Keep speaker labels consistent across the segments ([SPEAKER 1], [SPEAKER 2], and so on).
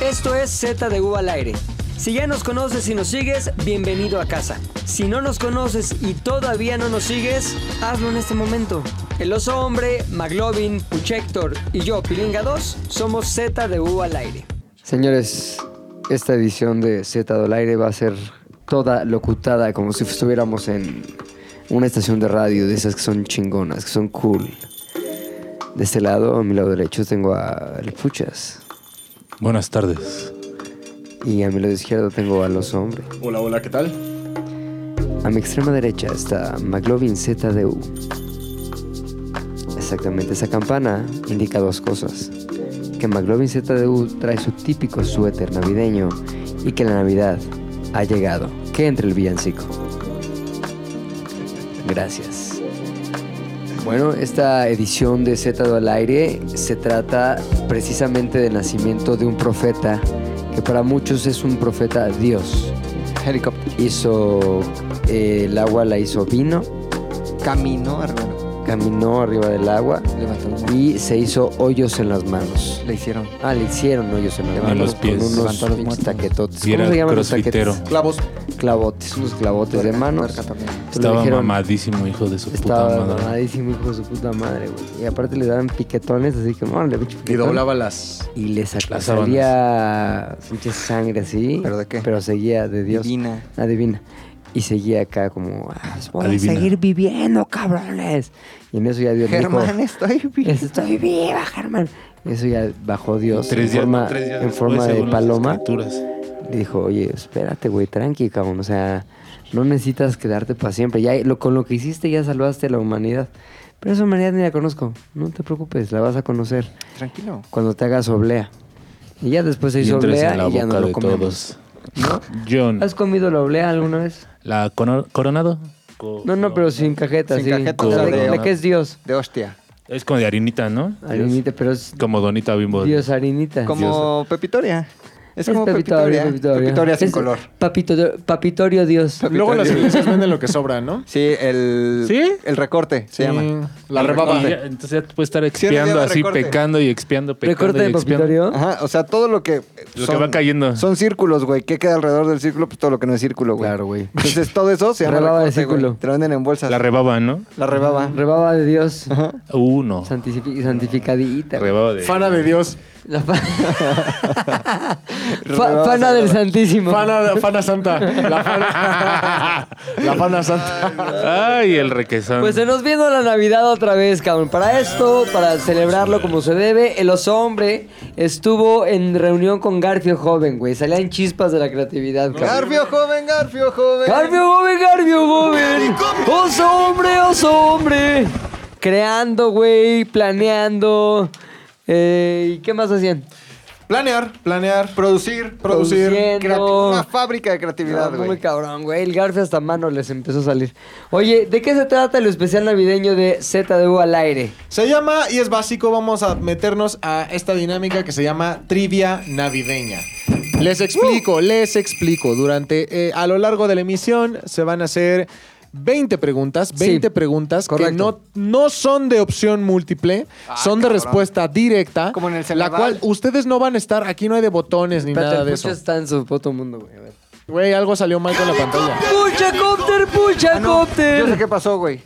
[SPEAKER 1] Esto es Z de U al aire. Si ya nos conoces y nos sigues, bienvenido a casa. Si no nos conoces y todavía no nos sigues, hazlo en este momento. El oso hombre, Maglovin, Puchector y yo, Pilinga 2, somos Z de U al aire.
[SPEAKER 2] Señores, esta edición de Z del Aire va a ser toda locutada, como si estuviéramos en una estación de radio de esas que son chingonas, que son cool. De este lado, a mi lado derecho, tengo a El Puchas.
[SPEAKER 3] Buenas tardes.
[SPEAKER 2] Y a mi lado izquierdo tengo a Los Hombres.
[SPEAKER 4] Hola, hola, ¿qué tal?
[SPEAKER 2] A mi extrema derecha está McLovin ZDU. Exactamente, esa campana indica dos cosas. Que McLovin ZDU trae su típico suéter navideño y que la Navidad ha llegado. Que entre el villancico. Gracias. Bueno, esta edición de Z al aire se trata precisamente del nacimiento de un profeta que para muchos es un profeta Dios.
[SPEAKER 5] Helicóptero.
[SPEAKER 2] Hizo eh, el agua, la hizo vino,
[SPEAKER 5] Camino, hermano.
[SPEAKER 2] caminó arriba del agua
[SPEAKER 5] Levantó el muerto.
[SPEAKER 2] y se hizo hoyos en las manos.
[SPEAKER 5] Le hicieron.
[SPEAKER 2] Ah, le hicieron hoyos en las
[SPEAKER 3] Levantó
[SPEAKER 2] manos
[SPEAKER 3] los pies.
[SPEAKER 2] con unos
[SPEAKER 5] Levantó los muertos.
[SPEAKER 2] taquetotes.
[SPEAKER 3] Y
[SPEAKER 2] ¿Cómo
[SPEAKER 3] era
[SPEAKER 2] se llaman los
[SPEAKER 3] crossfitero.
[SPEAKER 2] taquetes?
[SPEAKER 4] Clavos.
[SPEAKER 2] Clavotes, unos clavotes de
[SPEAKER 5] Tuerca,
[SPEAKER 2] manos.
[SPEAKER 5] tuerca también.
[SPEAKER 2] Entonces le
[SPEAKER 3] Estaba
[SPEAKER 2] dijeron-
[SPEAKER 3] mamadísimo, hijo de su puta
[SPEAKER 2] Estaba
[SPEAKER 3] madre.
[SPEAKER 2] mamadísimo, hijo de su puta madre, güey. Y aparte le daban piquetones, así que, no, le pinche
[SPEAKER 4] Y
[SPEAKER 2] piquetón.
[SPEAKER 4] doblaba las.
[SPEAKER 2] Y le sac-
[SPEAKER 3] Las
[SPEAKER 2] salía mucha sangre así.
[SPEAKER 5] ¿Pero de qué?
[SPEAKER 2] Pero seguía de Dios.
[SPEAKER 5] Divina.
[SPEAKER 2] Adivina. Y seguía acá como, ah, voy
[SPEAKER 3] Adivina.
[SPEAKER 2] a seguir viviendo, cabrones. Y en eso ya Dios
[SPEAKER 5] Germán,
[SPEAKER 2] dijo,
[SPEAKER 5] estoy bien.
[SPEAKER 2] estoy viva, Germán. Y eso ya bajó Dios
[SPEAKER 3] Tres
[SPEAKER 2] en
[SPEAKER 3] días-
[SPEAKER 2] forma,
[SPEAKER 3] no, tres días
[SPEAKER 2] en
[SPEAKER 3] después,
[SPEAKER 2] forma de
[SPEAKER 3] según las
[SPEAKER 2] paloma.
[SPEAKER 3] escrituras.
[SPEAKER 2] Le dijo, oye, espérate, güey, tranqui, cabrón. O sea, no necesitas quedarte para siempre. Ya lo, con lo que hiciste ya salvaste a la humanidad. Pero esa humanidad ni la conozco. No te preocupes, la vas a conocer
[SPEAKER 5] Tranquilo.
[SPEAKER 2] cuando te hagas oblea. Y ya después se
[SPEAKER 3] Y
[SPEAKER 2] hizo
[SPEAKER 3] entras
[SPEAKER 2] oblea
[SPEAKER 3] en la
[SPEAKER 2] y ya
[SPEAKER 3] boca
[SPEAKER 2] no lo
[SPEAKER 3] de
[SPEAKER 2] comemos.
[SPEAKER 3] todos. John,
[SPEAKER 2] ¿Has comido la oblea alguna vez?
[SPEAKER 3] ¿la cono- coronado? Co-
[SPEAKER 2] No, no, pero sin cajeta,
[SPEAKER 5] Sin
[SPEAKER 2] sí.
[SPEAKER 5] cajeta,
[SPEAKER 2] O sea,
[SPEAKER 3] o
[SPEAKER 2] la,
[SPEAKER 3] de-
[SPEAKER 2] la que es Dios.
[SPEAKER 5] De hostia.
[SPEAKER 3] Es como de harinita, ¿no?
[SPEAKER 2] Harinita, pero es
[SPEAKER 3] Como donita bimbo.
[SPEAKER 2] Dios harinita.
[SPEAKER 5] Como Pepitoria. Es como
[SPEAKER 2] pepitorio,
[SPEAKER 5] Pepitoria. ¿eh?
[SPEAKER 2] pepitorio.
[SPEAKER 5] Pepitoria sin
[SPEAKER 2] Es
[SPEAKER 5] color.
[SPEAKER 2] papito- papitorio Dios.
[SPEAKER 4] Luego las iglesias venden lo que sobra, ¿no?
[SPEAKER 5] Sí, el.
[SPEAKER 3] ¿Sí?
[SPEAKER 5] El recorte se llama.
[SPEAKER 4] La
[SPEAKER 5] El
[SPEAKER 4] rebaba.
[SPEAKER 3] Y ya- entonces ya te puedes estar
[SPEAKER 5] Cierra
[SPEAKER 3] expiando
[SPEAKER 5] ya,
[SPEAKER 3] así,
[SPEAKER 5] recorte.
[SPEAKER 3] pecando y expiando, pecando
[SPEAKER 2] ¿Recorte de
[SPEAKER 3] y expiando.
[SPEAKER 2] papitorio?
[SPEAKER 5] Ajá, o sea, todo lo que.
[SPEAKER 3] Lo que va cayendo.
[SPEAKER 5] Son círculos, güey. ¿Qué queda alrededor del círculo? Pues todo lo que no es círculo, güey.
[SPEAKER 2] Claro, güey.
[SPEAKER 5] Entonces todo eso se llama
[SPEAKER 2] Rebaba de
[SPEAKER 5] recorte, güey.
[SPEAKER 2] círculo.
[SPEAKER 5] Te lo venden en bolsas.
[SPEAKER 3] La rebaba, ¿no?
[SPEAKER 5] La rebaba.
[SPEAKER 2] Rebaba de Dios.
[SPEAKER 3] Uno.
[SPEAKER 2] Santifi- santificadita. güey.
[SPEAKER 3] Rebaba de...
[SPEAKER 4] Fana de Dios.
[SPEAKER 2] La fa- Fa- fana
[SPEAKER 5] Rebaba sagrada.
[SPEAKER 2] del Santísimo.
[SPEAKER 4] Fana, fana santa. La fana, la fana santa.
[SPEAKER 3] Ay, el requesón.
[SPEAKER 1] Pues se nos viene la Navidad otra vez, cabrón. Para esto, para celebrarlo como se debe, el oso hombre estuvo en reunión con Garfio Joven, güey. Salían chispas de la creatividad, cabrón.
[SPEAKER 5] Garfio joven, Garfio joven.
[SPEAKER 1] Garfio Joven, Garfio Joven. Oso hombre, oso hombre. Creando, güey, planeando. Eh, ¿Y qué más hacían?
[SPEAKER 5] Planear, planear, producir, producir.
[SPEAKER 1] Produciendo.
[SPEAKER 5] creati- Una fábrica de creatividad,
[SPEAKER 1] No,
[SPEAKER 5] güey.
[SPEAKER 1] muy cabrón, güey. El Garfio hasta mano les empezó a salir. Oye, ¿de qué se trata el especial navideño de ZDU al aire?
[SPEAKER 4] Se llama, y es básico, vamos a meternos a esta dinámica que se llama trivia navideña. Les
[SPEAKER 5] Uh.
[SPEAKER 4] explico, les explico. Durante, eh, a lo largo de la emisión se van a hacer 20 preguntas, 20 preguntas que no,
[SPEAKER 1] correcto.
[SPEAKER 4] no son de opción múltiple,
[SPEAKER 5] Ah,
[SPEAKER 4] son de respuesta directa.
[SPEAKER 5] Como en el
[SPEAKER 4] La
[SPEAKER 5] Ceneval.
[SPEAKER 4] cual ustedes no van a estar, aquí no hay de botones ni
[SPEAKER 1] Espérate,
[SPEAKER 4] nada
[SPEAKER 1] el
[SPEAKER 4] de
[SPEAKER 1] Pucha
[SPEAKER 4] eso.
[SPEAKER 1] está en su puto mundo, güey. a ver.
[SPEAKER 4] Güey, algo salió mal con la pantalla.
[SPEAKER 1] ¡Pucha cópter,
[SPEAKER 5] Ah,
[SPEAKER 1] pucha
[SPEAKER 5] no, Yo sé
[SPEAKER 1] cópter!
[SPEAKER 5] qué pasó, güey.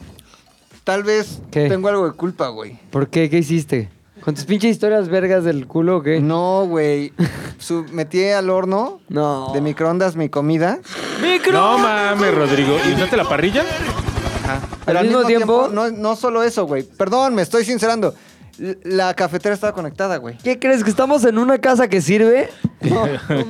[SPEAKER 5] Tal vez
[SPEAKER 1] ¿Qué?
[SPEAKER 5] tengo algo de culpa, güey.
[SPEAKER 1] ¿Por qué? ¿Qué hiciste? ¿Con tus pinches historias vergas del culo o qué?
[SPEAKER 5] No, güey. Su- Metí al horno
[SPEAKER 1] No.
[SPEAKER 5] de microondas mi comida.
[SPEAKER 3] No mames, Rodrigo. ¿Y usaste la parrilla?
[SPEAKER 5] Pero
[SPEAKER 1] ¿Al mismo tiempo?
[SPEAKER 5] no, no solo eso, güey. Perdón, me estoy sincerando. L- La cafetera estaba conectada, güey.
[SPEAKER 1] ¿Qué crees? ¿Que estamos en una casa que sirve?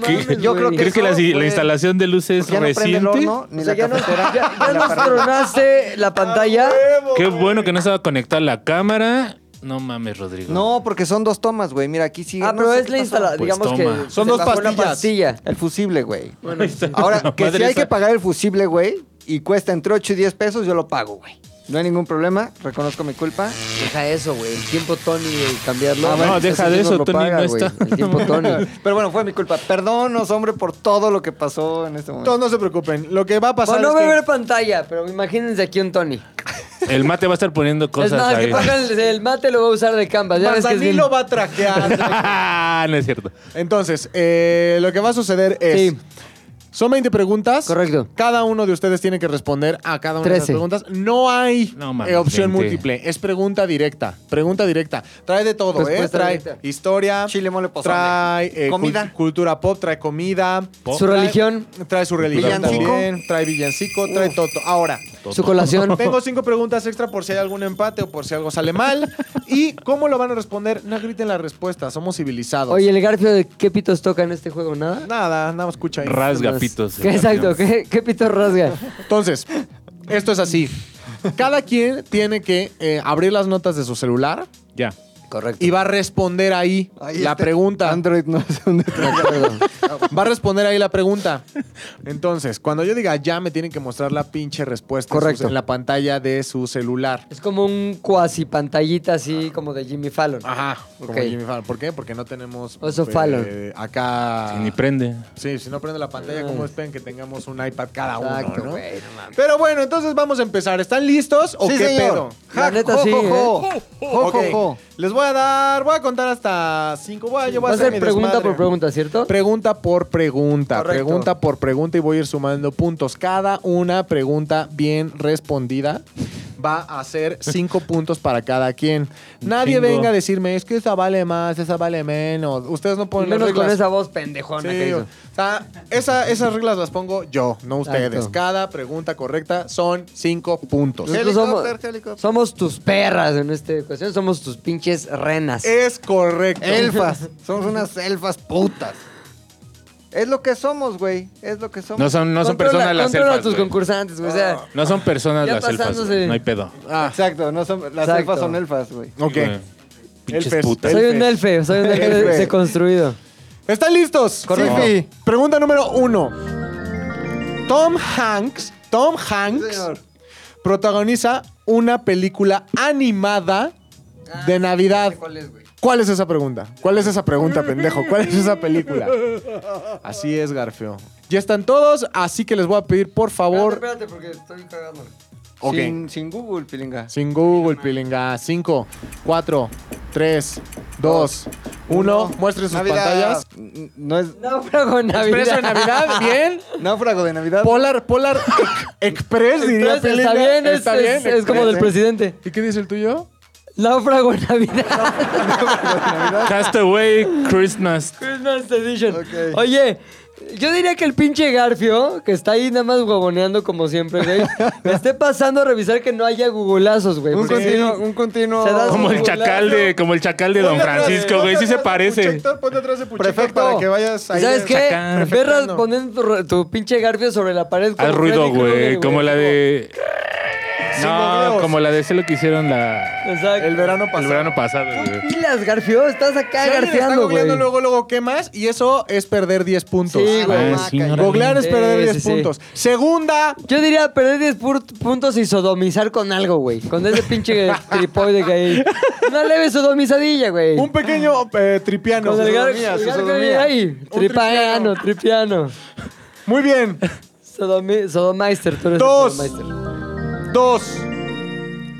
[SPEAKER 3] ¿Qué-
[SPEAKER 5] yo creo que
[SPEAKER 3] ¿Crees que la,
[SPEAKER 5] eso
[SPEAKER 3] la
[SPEAKER 5] fue-
[SPEAKER 3] instalación de luces
[SPEAKER 5] Porque ya no prende
[SPEAKER 3] reciente?
[SPEAKER 5] el horno ni
[SPEAKER 1] O sea,
[SPEAKER 5] la
[SPEAKER 1] ya, nos,
[SPEAKER 5] cafetera.
[SPEAKER 1] ya-
[SPEAKER 5] ni
[SPEAKER 1] ya
[SPEAKER 5] la
[SPEAKER 1] nos
[SPEAKER 5] parrilla. Ah,
[SPEAKER 1] tronaste la pantalla.
[SPEAKER 3] Qué bueno que no estaba conectada la cámara. No mames, Rodrigo.
[SPEAKER 5] No, porque son dos tomas, güey. Mira, aquí sí.
[SPEAKER 1] Ah,
[SPEAKER 5] no
[SPEAKER 1] pero
[SPEAKER 5] sé
[SPEAKER 1] es la
[SPEAKER 5] qué pasó.
[SPEAKER 1] instalación.
[SPEAKER 3] Pues
[SPEAKER 1] digamos
[SPEAKER 3] toma.
[SPEAKER 1] que
[SPEAKER 4] Son
[SPEAKER 1] se
[SPEAKER 4] dos
[SPEAKER 1] bajó la
[SPEAKER 4] pastillas.
[SPEAKER 1] pastilla.
[SPEAKER 5] El fusible, güey.
[SPEAKER 3] Ahí está.
[SPEAKER 5] Ahora,
[SPEAKER 3] La
[SPEAKER 5] que si
[SPEAKER 3] madre
[SPEAKER 5] hay
[SPEAKER 3] esa.
[SPEAKER 5] que pagar el fusible, güey, y cuesta entre 8 y 10 pesos, yo lo pago, güey. No hay ningún problema, reconozco mi culpa.
[SPEAKER 1] Deja eso, güey. El tiempo Tony de cambiarlo.
[SPEAKER 3] No,
[SPEAKER 1] Bueno,
[SPEAKER 3] deja
[SPEAKER 1] sí
[SPEAKER 3] de
[SPEAKER 1] nos
[SPEAKER 3] eso,
[SPEAKER 1] lo
[SPEAKER 3] Tony,
[SPEAKER 1] paga,
[SPEAKER 3] no
[SPEAKER 1] güey.
[SPEAKER 3] está.
[SPEAKER 1] El tiempo Tony.
[SPEAKER 5] Pero bueno, fue mi culpa. Perdónos, hombre, por todo lo que pasó en este momento.
[SPEAKER 4] Todos no se preocupen. Lo que va a pasar
[SPEAKER 1] Bueno, no
[SPEAKER 4] es
[SPEAKER 1] voy a
[SPEAKER 4] que-
[SPEAKER 1] ver pantalla, pero imagínense aquí un Tony.
[SPEAKER 3] El mate va a estar poniendo
[SPEAKER 1] Es
[SPEAKER 3] cosas
[SPEAKER 1] más,
[SPEAKER 3] ahí.
[SPEAKER 1] que ponga el, el mate lo va a usar de canvas. Ya ves que es bien-
[SPEAKER 4] Danilo va a trajear.
[SPEAKER 3] no es cierto.
[SPEAKER 4] Entonces, eh, lo que va a suceder es.
[SPEAKER 1] Sí.
[SPEAKER 4] Son 20 preguntas.
[SPEAKER 2] Correcto.
[SPEAKER 4] Cada uno de ustedes tiene que responder a cada una de las
[SPEAKER 2] Trece.
[SPEAKER 4] preguntas. No hay
[SPEAKER 3] No mames,
[SPEAKER 4] eh, opción
[SPEAKER 3] gente.
[SPEAKER 4] múltiple. Es pregunta directa. Pregunta directa. Trae de todo, ¿eh?
[SPEAKER 2] Respuesta
[SPEAKER 4] Trae
[SPEAKER 2] directa.
[SPEAKER 4] historia.
[SPEAKER 5] Chile, mole, pozole.
[SPEAKER 4] Trae eh,
[SPEAKER 5] Comida.
[SPEAKER 4] cult- cultura pop, trae comida.
[SPEAKER 3] Pop.
[SPEAKER 2] Su
[SPEAKER 4] Trae-
[SPEAKER 2] religión,
[SPEAKER 4] Trae su religión
[SPEAKER 5] Villancico.
[SPEAKER 4] también. Trae villancico, trae todo. Ahora,
[SPEAKER 2] su colación.
[SPEAKER 4] tengo cinco preguntas extra por si hay algún empate o por si algo sale mal. ¿Y cómo lo van a responder? No griten la respuesta. Somos civilizados.
[SPEAKER 2] Oye, el Garfio, de ¿qué pitos toca en este juego? ¿Nada?
[SPEAKER 4] Nada, nada, escucha ahí.
[SPEAKER 3] Rasga pitos.
[SPEAKER 2] ¿Qué, exacto, ¿qué, qué pitos rasga?
[SPEAKER 4] Entonces, esto es así. Cada quien tiene que eh, abrir las notas de su celular
[SPEAKER 3] Ya.
[SPEAKER 2] Correcto.
[SPEAKER 4] y va a responder ahí
[SPEAKER 5] Ahí
[SPEAKER 4] la
[SPEAKER 5] este
[SPEAKER 4] pregunta.
[SPEAKER 5] Android no sé dónde
[SPEAKER 4] Va a responder ahí la pregunta. Entonces, cuando yo diga ya, me tienen que mostrar la pinche respuesta en su-
[SPEAKER 2] Correcto.
[SPEAKER 4] en la pantalla de su celular.
[SPEAKER 2] Es como un cuasi pantallita así como de Jimmy Fallon.
[SPEAKER 4] Ajá, como
[SPEAKER 2] Ok.
[SPEAKER 4] Jimmy Fallon. ¿Por qué? Porque no tenemos eh,
[SPEAKER 2] Oso Fallon.
[SPEAKER 4] acá.
[SPEAKER 3] Ni prende.
[SPEAKER 4] Sí, si no prende la pantalla, ¿cómo esperan que tengamos un iPad cada uno?
[SPEAKER 2] Ah. Exacto,
[SPEAKER 4] ¿no?
[SPEAKER 2] güey, no mames.
[SPEAKER 4] Pero bueno, entonces vamos a empezar. ¿Están listos o
[SPEAKER 5] Sí,
[SPEAKER 4] qué
[SPEAKER 5] señor.
[SPEAKER 4] pedo?
[SPEAKER 2] La neta
[SPEAKER 5] jo,
[SPEAKER 2] sí,
[SPEAKER 5] jo,
[SPEAKER 2] ¿eh?
[SPEAKER 5] jo. Jo,
[SPEAKER 4] Ok,
[SPEAKER 5] jo, jo.
[SPEAKER 4] Les voy a dar, voy a contar hasta cinco. Voy a, yo voy
[SPEAKER 2] Va a
[SPEAKER 4] hacer
[SPEAKER 2] ser
[SPEAKER 4] mi
[SPEAKER 2] pregunta
[SPEAKER 4] desmadre.
[SPEAKER 2] por pregunta, ¿cierto?
[SPEAKER 4] Pregunta por pregunta,
[SPEAKER 5] Correcto.
[SPEAKER 4] pregunta por pregunta y voy a ir sumando puntos. Cada una pregunta bien respondida va a ser cinco puntos para cada quien. Nadie
[SPEAKER 3] Chingo.
[SPEAKER 4] venga a decirme, es que esa vale más, esa vale menos. Ustedes no
[SPEAKER 2] Y
[SPEAKER 4] ponen
[SPEAKER 2] menos
[SPEAKER 4] las
[SPEAKER 2] con
[SPEAKER 4] reglas.
[SPEAKER 2] esa voz pendejona
[SPEAKER 4] Sí,
[SPEAKER 2] que
[SPEAKER 4] o-
[SPEAKER 2] hizo.
[SPEAKER 4] o sea, esa- esas reglas las pongo yo, no ustedes.
[SPEAKER 2] Exacto.
[SPEAKER 4] Cada pregunta correcta son cinco puntos.
[SPEAKER 2] Nosotros
[SPEAKER 5] Helicóptero,
[SPEAKER 2] somos,
[SPEAKER 5] helicóptero.
[SPEAKER 2] somos tus perras en esta ecuación, somos tus pinches renas.
[SPEAKER 4] Es correcto.
[SPEAKER 5] Elfas. Somos unas elfas putas. Es lo que somos, güey. Es lo que somos.
[SPEAKER 3] No son, no son
[SPEAKER 2] Controla-
[SPEAKER 3] personas las
[SPEAKER 2] controla
[SPEAKER 3] elfas.
[SPEAKER 2] a tus
[SPEAKER 3] güey.
[SPEAKER 2] concursantes, güey. O
[SPEAKER 4] ah.
[SPEAKER 2] sea,
[SPEAKER 3] No son personas
[SPEAKER 2] Ya
[SPEAKER 3] las elfas.
[SPEAKER 2] pasándose.
[SPEAKER 3] güey. No hay pedo.
[SPEAKER 5] Ah, Exacto, no son, las
[SPEAKER 2] Exacto.
[SPEAKER 5] elfas son elfas, güey.
[SPEAKER 4] Ok.
[SPEAKER 3] Güey. Pinches
[SPEAKER 4] Elfes.
[SPEAKER 3] putas.
[SPEAKER 2] soy
[SPEAKER 4] Elfes.
[SPEAKER 2] un elfe, soy un elfe
[SPEAKER 4] Elfes.
[SPEAKER 2] deconstruido.
[SPEAKER 4] ¿Están listos?
[SPEAKER 5] Correcto.
[SPEAKER 4] Sí. Pregunta número uno. Tom Hanks, Tom Hanks
[SPEAKER 5] señor.
[SPEAKER 4] protagoniza una película animada de Navidad.
[SPEAKER 5] ¿Cuál es, güey?
[SPEAKER 4] ¿Cuál es esa pregunta? ¿Cuál es esa pregunta, pendejo? ¿Cuál es esa película? Así es, Garfio. Ya están todos, así que les voy a pedir, por favor,
[SPEAKER 5] Espérate, porque estoy cagando.
[SPEAKER 4] Ok.
[SPEAKER 5] Sin, sin Google, pilinga.
[SPEAKER 4] sin Google, pilinga. 5, 4, 3, 2, 1. Muestren sus
[SPEAKER 5] Navidad.
[SPEAKER 4] pantallas.
[SPEAKER 5] N- No es
[SPEAKER 2] No, pero con Navidad.
[SPEAKER 4] Expreso de Navidad, bien.
[SPEAKER 5] náufrago de Navidad.
[SPEAKER 4] Polar, Polar Express, diría
[SPEAKER 2] Entonces, está
[SPEAKER 4] Belinda.
[SPEAKER 2] bien, es,
[SPEAKER 4] Está
[SPEAKER 2] es-
[SPEAKER 4] bien,
[SPEAKER 2] es
[SPEAKER 4] Express,
[SPEAKER 2] como del
[SPEAKER 4] ¿eh?
[SPEAKER 2] presidente.
[SPEAKER 4] ¿Y qué dice el tuyo?
[SPEAKER 2] Náufrago en Navidad.
[SPEAKER 3] Castaway Christmas.
[SPEAKER 2] Christmas Edition.
[SPEAKER 5] Ok.
[SPEAKER 2] Oye, yo diría que el pinche Garfio, que está ahí nada más guaboneando como siempre, güey, me esté pasando a revisar que no haya googolazos, güey.
[SPEAKER 5] un
[SPEAKER 2] porque-
[SPEAKER 5] continuo, un continuo.
[SPEAKER 2] Se da-
[SPEAKER 3] Como el
[SPEAKER 2] Claro.
[SPEAKER 3] chacal de, como el chacal de Don
[SPEAKER 4] Ponte atrás de-
[SPEAKER 3] Francisco, güey. Sí
[SPEAKER 4] ponte
[SPEAKER 3] se
[SPEAKER 4] atrás de
[SPEAKER 3] parece.
[SPEAKER 4] Puchector, ponte atrás de Puchector
[SPEAKER 5] Perfecto.
[SPEAKER 4] para que vayas ahí.
[SPEAKER 2] ¿Sabes qué?
[SPEAKER 3] Chacán.
[SPEAKER 2] Perras
[SPEAKER 4] Perfecto.
[SPEAKER 2] ponen tu, tu pinche Garfio sobre la pared. como
[SPEAKER 3] Haz ruido,
[SPEAKER 2] Freddy Krueger,
[SPEAKER 3] güey. Como la de. No,
[SPEAKER 4] googleos.
[SPEAKER 3] como la de sé lo que hicieron la.
[SPEAKER 2] Exacto.
[SPEAKER 4] El verano pasado.
[SPEAKER 3] El verano pasado, güey.
[SPEAKER 2] Pilas, Garfio, estás acá
[SPEAKER 4] Si alguien está
[SPEAKER 2] garfeando, güey.
[SPEAKER 4] googleando luego, luego, ¿qué más? Y eso es perder 10 puntos.
[SPEAKER 2] Sí,
[SPEAKER 5] Ah,
[SPEAKER 2] güey.
[SPEAKER 5] no,
[SPEAKER 3] Ah,
[SPEAKER 5] maca,
[SPEAKER 3] sí,
[SPEAKER 5] ya.
[SPEAKER 3] no, no.
[SPEAKER 4] Googlear es
[SPEAKER 2] Sí,
[SPEAKER 4] perder 10
[SPEAKER 2] sí, sí.
[SPEAKER 4] puntos. Segunda.
[SPEAKER 2] Yo diría perder 10 pu- puntos y sodomizar con algo, güey. Con ese pinche tripoide que hay. Una leve sodomizadilla, güey.
[SPEAKER 4] Un pequeño eh, tripiano.
[SPEAKER 2] Con el gar-
[SPEAKER 5] sodomía,
[SPEAKER 2] el
[SPEAKER 5] su
[SPEAKER 2] garfio
[SPEAKER 5] sodomía.
[SPEAKER 2] ahí. Tripiano, tripiano.
[SPEAKER 4] Muy bien.
[SPEAKER 2] Sodomi- Sodomaister, tú eres
[SPEAKER 4] Dos.
[SPEAKER 2] el sodomaister.
[SPEAKER 4] Dos.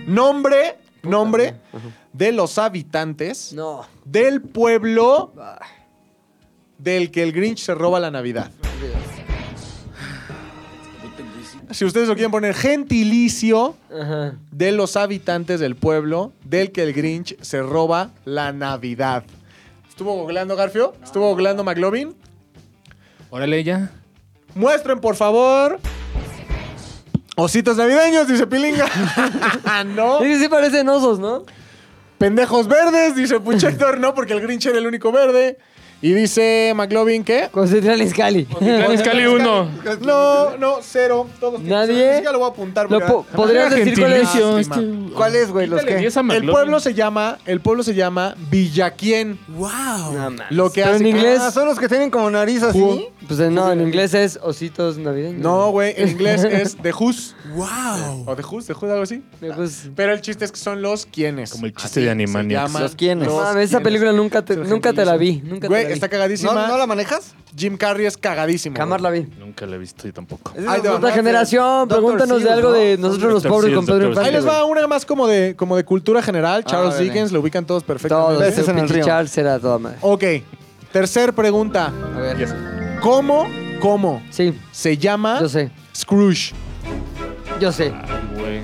[SPEAKER 4] Nombre. Nombre de los habitantes
[SPEAKER 2] No.
[SPEAKER 4] del pueblo del que el Grinch se roba la Navidad. Si ustedes lo quieren poner, gentilicio
[SPEAKER 2] Ajá.
[SPEAKER 4] de los habitantes del pueblo del que el Grinch se roba la Navidad. ¿Estuvo googleando Garfio? ¿Estuvo googleando McLovin?
[SPEAKER 3] Órale, ya.
[SPEAKER 4] Muestren, por favor. Ositos navideños, dice Pilinga. no.
[SPEAKER 2] Sí, sí parecen osos, ¿no?
[SPEAKER 4] Pendejos verdes, dice Puchector. No, porque el Grinch era el único verde. Y dice McLovin que.
[SPEAKER 2] Concentrale Iscali.
[SPEAKER 3] Gran Escali 1.
[SPEAKER 4] No, no, cero. Todos tienen
[SPEAKER 2] Nadie.
[SPEAKER 4] cero. Ni siquiera lo voy a apuntar.
[SPEAKER 2] Lo
[SPEAKER 4] porque-
[SPEAKER 2] po- podrías
[SPEAKER 3] Era
[SPEAKER 2] decir cuál es.
[SPEAKER 3] gentilicio,
[SPEAKER 4] Lástima.
[SPEAKER 3] este-
[SPEAKER 5] ¿Cuál es, güey? Los
[SPEAKER 3] Quítale
[SPEAKER 5] que.
[SPEAKER 3] 10 a
[SPEAKER 4] el
[SPEAKER 3] McLovin.
[SPEAKER 4] pueblo se llama. El pueblo se llama Villaquien.
[SPEAKER 2] Wow.
[SPEAKER 4] Lo que
[SPEAKER 2] Pero
[SPEAKER 4] hace.
[SPEAKER 2] en
[SPEAKER 4] que-
[SPEAKER 2] inglés.
[SPEAKER 5] Ah, son los que tienen como nariz así.
[SPEAKER 4] Ju-
[SPEAKER 2] Pues eh, no, en inglés es ositos navideños.
[SPEAKER 4] No, güey, en inglés es The Who's.
[SPEAKER 6] ¡Wow!
[SPEAKER 4] O The Who's, The Who's, algo así.
[SPEAKER 2] Eh, pues,
[SPEAKER 4] Pero el chiste es que son los quienes.
[SPEAKER 3] Como el chiste de Animaniacs.
[SPEAKER 5] Los quiénes.
[SPEAKER 2] no, Ah, esa película nunca te,
[SPEAKER 4] Los
[SPEAKER 2] nunca te la vi.
[SPEAKER 4] gentiles.
[SPEAKER 2] Nunca te
[SPEAKER 4] Güey,
[SPEAKER 2] la vi.
[SPEAKER 4] está cagadísima.
[SPEAKER 5] ¿No, ¿No la manejas?
[SPEAKER 4] Jim Carrey es cagadísimo.
[SPEAKER 2] Jamás la vi.
[SPEAKER 3] Nunca la he visto yo tampoco.
[SPEAKER 5] Es de
[SPEAKER 4] Ahí
[SPEAKER 5] los
[SPEAKER 4] te va.
[SPEAKER 5] mamás
[SPEAKER 2] Otra
[SPEAKER 5] de
[SPEAKER 2] generación,
[SPEAKER 5] Dr.
[SPEAKER 2] pregúntanos de
[SPEAKER 5] Seuss,
[SPEAKER 2] algo
[SPEAKER 5] ¿no?
[SPEAKER 2] de nosotros los
[SPEAKER 3] Dr.
[SPEAKER 2] pobres
[SPEAKER 3] Seuss,
[SPEAKER 2] con Pedro
[SPEAKER 3] Dr.
[SPEAKER 2] Infante.
[SPEAKER 4] Ahí les va una más como de, como de cultura general. Charles
[SPEAKER 5] órale.
[SPEAKER 4] Dickens, lo ubican todos
[SPEAKER 2] Todos,
[SPEAKER 4] perfectamente.
[SPEAKER 5] Peces
[SPEAKER 2] ese
[SPEAKER 5] en el
[SPEAKER 2] pinche
[SPEAKER 5] río.
[SPEAKER 2] Charles era toda madre.
[SPEAKER 4] Ok, tercer pregunta.
[SPEAKER 5] A ver.
[SPEAKER 3] Yes.
[SPEAKER 4] ¿Cómo, cómo
[SPEAKER 2] Sí,
[SPEAKER 4] se llama
[SPEAKER 2] yo sé,
[SPEAKER 4] Scrooge?
[SPEAKER 2] yo sé.
[SPEAKER 3] Ay, güey.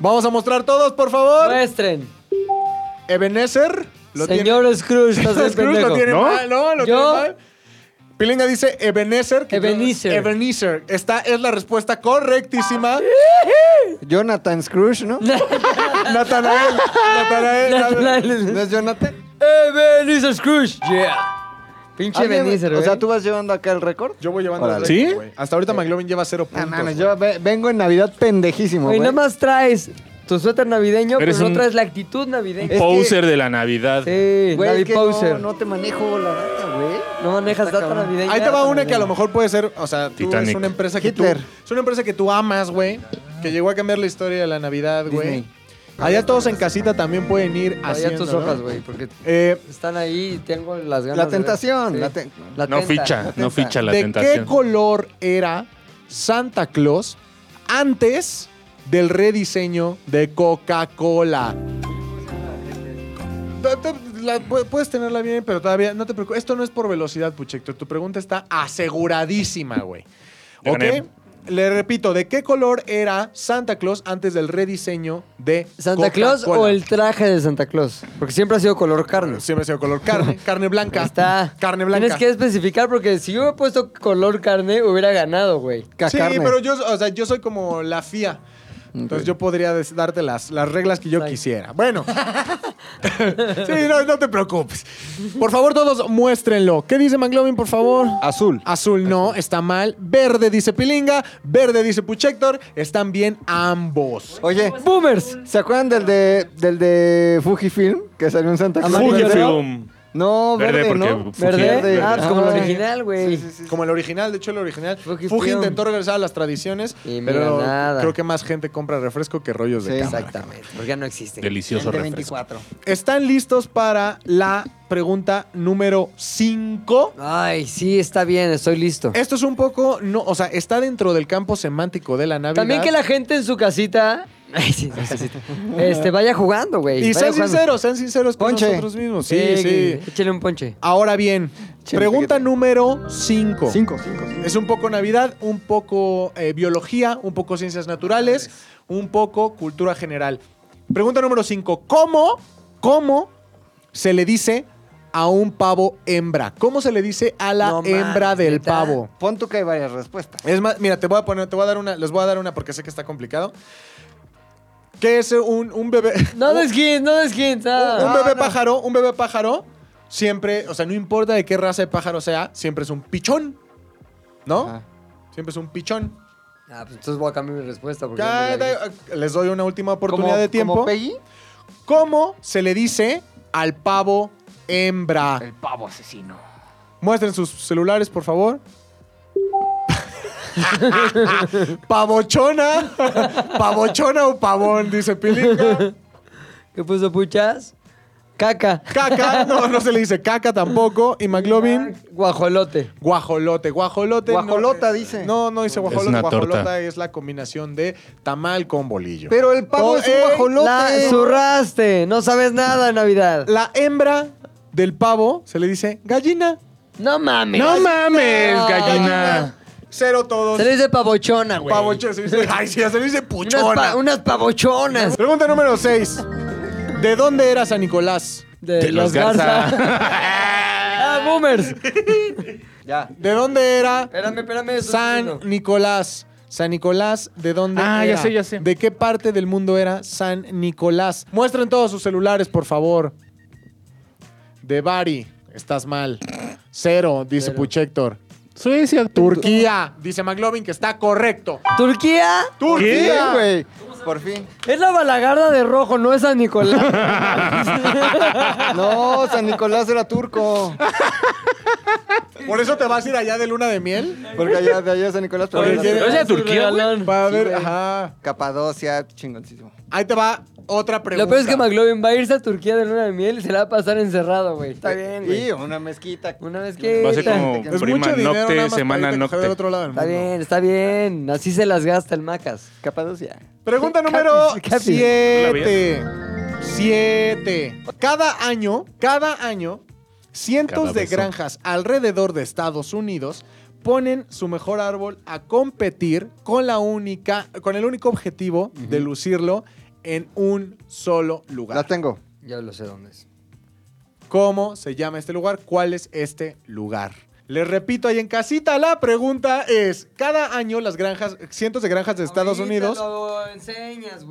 [SPEAKER 4] Vamos a mostrar todos, por favor.
[SPEAKER 1] Pues,
[SPEAKER 2] Muestren.
[SPEAKER 4] Ebenezer. Lo
[SPEAKER 2] Señor Scrooge, estás
[SPEAKER 4] tiene.
[SPEAKER 2] bien
[SPEAKER 4] Scrooge lo
[SPEAKER 2] pendejo.
[SPEAKER 4] tiene
[SPEAKER 3] ¿No?
[SPEAKER 4] mal, ¿no? Lo
[SPEAKER 2] Yo-
[SPEAKER 4] tiene mal. Pilinga dice Ebenezer. que-
[SPEAKER 2] Ebenezer.
[SPEAKER 4] Ebenezer. Esta es la respuesta correctísima.
[SPEAKER 5] Jonathan Scrooge, ¿no?
[SPEAKER 4] Natanael. Natanael.
[SPEAKER 5] ¿No
[SPEAKER 2] Ebenezer
[SPEAKER 5] es Jonathan?
[SPEAKER 2] Eh, Scrooge. Yeah. Pinche Ebenezer,
[SPEAKER 5] O sea,
[SPEAKER 1] ¿eh?
[SPEAKER 2] güey.
[SPEAKER 5] ¿tú vas llevando acá el récord?
[SPEAKER 4] Yo voy llevando.
[SPEAKER 5] Órale. Ah,
[SPEAKER 4] el
[SPEAKER 3] ¿Sí?
[SPEAKER 4] récord, güey. Hasta ahorita McLovin lleva cero
[SPEAKER 5] No
[SPEAKER 4] puntos.
[SPEAKER 5] mames,
[SPEAKER 4] güey.
[SPEAKER 5] yo ve- vengo en Navidad pendejísimo,
[SPEAKER 2] Güey,
[SPEAKER 5] güey.
[SPEAKER 2] nada más traes tu suéter navideño,
[SPEAKER 3] Eres
[SPEAKER 2] pero no
[SPEAKER 3] un-
[SPEAKER 2] traes la actitud navideña.
[SPEAKER 3] Poser de la Navidad.
[SPEAKER 2] Sí,
[SPEAKER 5] Güey,
[SPEAKER 2] Navi
[SPEAKER 5] es que
[SPEAKER 2] Poser.
[SPEAKER 5] No, no te manejo la data, güey.
[SPEAKER 2] No manejas
[SPEAKER 5] Está
[SPEAKER 2] data
[SPEAKER 5] cabrón.
[SPEAKER 2] navideña.
[SPEAKER 4] Ahí te va
[SPEAKER 2] data
[SPEAKER 4] una que a
[SPEAKER 2] navideña.
[SPEAKER 4] lo mejor puede ser, o sea, tú es
[SPEAKER 3] Titanic.
[SPEAKER 4] una empresa que tú,
[SPEAKER 5] Hitler.
[SPEAKER 4] es una empresa que tú amas, güey, que llegó a cambiar la historia de la Navidad, güey.
[SPEAKER 5] Disney.
[SPEAKER 4] Allá todos en casita también pueden ir
[SPEAKER 2] Allá
[SPEAKER 4] haciendo,
[SPEAKER 2] tus
[SPEAKER 4] ¿no?
[SPEAKER 2] hojas, güey, porque
[SPEAKER 4] Eh,
[SPEAKER 2] están ahí y tengo las ganas
[SPEAKER 5] La
[SPEAKER 2] de ver.
[SPEAKER 5] tentación.
[SPEAKER 2] Sí.
[SPEAKER 5] la te-
[SPEAKER 2] La
[SPEAKER 3] no
[SPEAKER 2] tenta.
[SPEAKER 3] ficha, no ficha la
[SPEAKER 4] ¿De qué
[SPEAKER 3] tentación.
[SPEAKER 4] color era Santa Claus antes del rediseño de Coca-Cola? Ta- ta- la- pu- puedes tenerla bien, pero todavía no te preocupes. Esto no es por velocidad, Puchector. Tu pregunta está aseguradísima, güey.
[SPEAKER 3] Ya
[SPEAKER 4] ¿Ok?
[SPEAKER 3] gané.
[SPEAKER 4] Le repito, ¿de qué color era Santa Claus antes del rediseño de
[SPEAKER 2] ¿Santa Claus
[SPEAKER 4] Coca-Cola?
[SPEAKER 2] o el traje de Santa Claus? Porque siempre ha sido color carne.
[SPEAKER 4] Siempre ha sido color carne, carne blanca.
[SPEAKER 2] Está.
[SPEAKER 4] Carne blanca.
[SPEAKER 2] Tienes que especificar porque si yo hubiera puesto color carne, hubiera ganado, güey.
[SPEAKER 4] Sí,
[SPEAKER 5] Cacarne.
[SPEAKER 4] pero yo, o sea, yo soy como la FIA. Entonces yo podría des- darte las, las reglas que yo
[SPEAKER 2] Ay.
[SPEAKER 4] quisiera. Bueno. sí, no, no te preocupes. Por favor, todos muéstrenlo. ¿Qué dice McLovin, por favor?
[SPEAKER 5] Azul.
[SPEAKER 4] Azul no, está mal. Verde dice Pilinga. Verde dice Puchector. Están bien ambos.
[SPEAKER 5] Oye,
[SPEAKER 2] ¡Boomers!
[SPEAKER 5] ¿se acuerdan del de, del de Fujifilm? Que salió en Santa Claus.
[SPEAKER 2] Amarillo.
[SPEAKER 3] Fujifilm.
[SPEAKER 5] No, verde,
[SPEAKER 3] Verde, porque
[SPEAKER 5] ¿no?
[SPEAKER 3] Fuji-
[SPEAKER 2] ¿Verde?
[SPEAKER 5] Verde.
[SPEAKER 2] Ah, pues como el
[SPEAKER 5] Ajá.
[SPEAKER 2] original, güey.
[SPEAKER 4] Como el original, de hecho el original.
[SPEAKER 2] Fuji
[SPEAKER 4] Fuji
[SPEAKER 2] Film.
[SPEAKER 4] intentó regresar a las tradiciones,
[SPEAKER 2] Y mira
[SPEAKER 4] pero
[SPEAKER 2] nada.
[SPEAKER 4] creo que más gente compra refresco que rollos de
[SPEAKER 5] Sí.
[SPEAKER 4] cámara.
[SPEAKER 2] Exactamente, porque ya no existen.
[SPEAKER 3] Delicioso
[SPEAKER 5] El de
[SPEAKER 3] refresco.
[SPEAKER 5] 24.
[SPEAKER 4] ¿Están listos para la pregunta número 5?
[SPEAKER 2] Ay, sí, está bien, estoy listo.
[SPEAKER 4] Esto es un poco, no, o sea, está dentro del campo semántico de la Navidad.
[SPEAKER 2] También que la gente en su casita. Ay, sí, en su casita. Este, vaya jugando, güey.
[SPEAKER 4] Y
[SPEAKER 2] vaya
[SPEAKER 4] sean
[SPEAKER 2] jugando.
[SPEAKER 4] sinceros, sean sinceros con
[SPEAKER 5] Ponche.
[SPEAKER 4] nosotros mismos. Sí, sí.
[SPEAKER 2] Échale un ponche.
[SPEAKER 4] Ahora bien,
[SPEAKER 5] Che,
[SPEAKER 4] pregunta
[SPEAKER 5] fíjate.
[SPEAKER 4] número 5.
[SPEAKER 5] Cinco, cinco, cinco.
[SPEAKER 4] Es un poco Navidad, un poco eh, biología, un poco ciencias naturales, un poco cultura general. Pregunta número 5. ¿Cómo, ¿Cómo se le dice a un pavo hembra? ¿Cómo se le dice a la
[SPEAKER 2] No mames,
[SPEAKER 4] hembra del
[SPEAKER 2] ¿neta?
[SPEAKER 4] pavo?
[SPEAKER 5] Pon tú que hay varias respuestas.
[SPEAKER 4] Es más, mira, te voy a poner, te voy a dar una, les voy a dar una porque sé que está complicado. ¿Qué es un, un bebé?
[SPEAKER 2] No
[SPEAKER 4] un,
[SPEAKER 2] des skins, no des skins.
[SPEAKER 4] un
[SPEAKER 2] Ah.
[SPEAKER 4] bebé pájaro, un bebé pájaro siempre, o sea, no importa de qué raza de pájaro sea, siempre es un pichón. ¿No?
[SPEAKER 5] Ajá.
[SPEAKER 4] Siempre es un pichón.
[SPEAKER 2] Ah, pues entonces voy a cambiar mi respuesta. Porque ya
[SPEAKER 4] Ya,
[SPEAKER 2] me la
[SPEAKER 4] da- les doy una última oportunidad
[SPEAKER 5] Como-
[SPEAKER 4] de
[SPEAKER 5] Como
[SPEAKER 4] tiempo.
[SPEAKER 5] Peggy.
[SPEAKER 4] ¿Cómo se le dice al pavo hembra?
[SPEAKER 5] El pavo asesino.
[SPEAKER 4] Muestren sus celulares, por favor. Pavochona. Pavochona o pavón, dice Pilinga.
[SPEAKER 2] di. ¿Qué puso puchas? Caca.
[SPEAKER 4] Caca, no, no se le dice caca tampoco. Y McLovin,
[SPEAKER 2] Guajolote.
[SPEAKER 4] guajolote. Guajolote. no-
[SPEAKER 5] Guajolota, dice.
[SPEAKER 4] No, no dice guajolote.
[SPEAKER 3] una torta.
[SPEAKER 4] guajolota es la combinación de tamal con bolillo.
[SPEAKER 5] Pero el pavo
[SPEAKER 4] Oh,
[SPEAKER 5] es un
[SPEAKER 4] ey,
[SPEAKER 5] guajolote.
[SPEAKER 2] Eh, La zurraste. No sabes nada de Navidad.
[SPEAKER 4] la hembra del pavo se le dice gallina.
[SPEAKER 2] No mames.
[SPEAKER 3] No mames,
[SPEAKER 2] No.
[SPEAKER 3] gallina.
[SPEAKER 4] Cero todos.
[SPEAKER 2] Se le dice pavochona, güey.
[SPEAKER 4] Pavochona. se dice- Ay, sí, se le dice
[SPEAKER 2] Unas,
[SPEAKER 4] puchona.
[SPEAKER 2] pa- unas pavochonas.
[SPEAKER 4] Pregunta número 6. ¿De dónde era San Nicolás?
[SPEAKER 2] De,
[SPEAKER 3] De los Garza.
[SPEAKER 2] ah, boomers.
[SPEAKER 5] Ya.
[SPEAKER 4] ¿De dónde era
[SPEAKER 2] Espérame, espérame. eso
[SPEAKER 4] San
[SPEAKER 2] es uno.
[SPEAKER 4] Nicolás? San Nicolás, ¿de dónde
[SPEAKER 3] Ah,
[SPEAKER 4] era?
[SPEAKER 3] ya sé, ya sé.
[SPEAKER 4] ¿De qué parte del mundo era San Nicolás? Muestren todos sus celulares, por favor. De Bari, estás mal. Cero, dice
[SPEAKER 2] Cero.
[SPEAKER 4] Puchector.
[SPEAKER 3] Suecia,
[SPEAKER 4] Turquía, dice McLovin que está correcto.
[SPEAKER 2] Turquía.
[SPEAKER 4] Turquía,
[SPEAKER 5] güey. Por fin.
[SPEAKER 1] Es la balagarda de rojo, no es San Nicolás.
[SPEAKER 5] No, San Nicolás era turco.
[SPEAKER 4] ¿Por eso te vas a ir allá de luna de miel?
[SPEAKER 5] Porque allá de allá es San Nicolás. pero
[SPEAKER 4] Oye,
[SPEAKER 5] ahora sí.
[SPEAKER 4] ¿quieres-
[SPEAKER 3] ¿No es de Turquía, güey?
[SPEAKER 4] Va a
[SPEAKER 5] Sí,
[SPEAKER 4] ver,
[SPEAKER 5] güey.
[SPEAKER 4] ajá.
[SPEAKER 5] Capadocia, chingoncísimo.
[SPEAKER 4] Ahí te va otra pregunta.
[SPEAKER 1] Lo peor es que McLovin va a irse a Turquía de luna de miel y se la va a pasar encerrado, güey.
[SPEAKER 5] Está bien, Y una mezquita.
[SPEAKER 1] Una vez que...
[SPEAKER 3] Va a ser como
[SPEAKER 4] Es
[SPEAKER 3] prima
[SPEAKER 4] mucho dinero
[SPEAKER 3] nocte,
[SPEAKER 4] nada más
[SPEAKER 3] semana
[SPEAKER 4] para irte a coger
[SPEAKER 3] nocte.
[SPEAKER 4] al otro lado del
[SPEAKER 1] Está
[SPEAKER 4] mundo.
[SPEAKER 1] bien, está bien. Así se las gasta el Macas.
[SPEAKER 5] Capadocia.
[SPEAKER 4] Pregunta número
[SPEAKER 1] Capis, capis.
[SPEAKER 4] 7. 7. Cada año, cada año, cientos
[SPEAKER 3] Cada
[SPEAKER 4] de
[SPEAKER 3] beso.
[SPEAKER 4] granjas alrededor de Estados Unidos ponen su mejor árbol a competir con la única, con el único objetivo de lucirlo en un solo
[SPEAKER 5] La
[SPEAKER 4] lugar.
[SPEAKER 5] tengo.
[SPEAKER 2] Ya lo sé dónde es.
[SPEAKER 4] ¿Cómo se llama este lugar? ¿Cuál es este lugar? Les repito ahí en casita, la pregunta es, cada año las granjas, cientos de granjas de Estados Unidos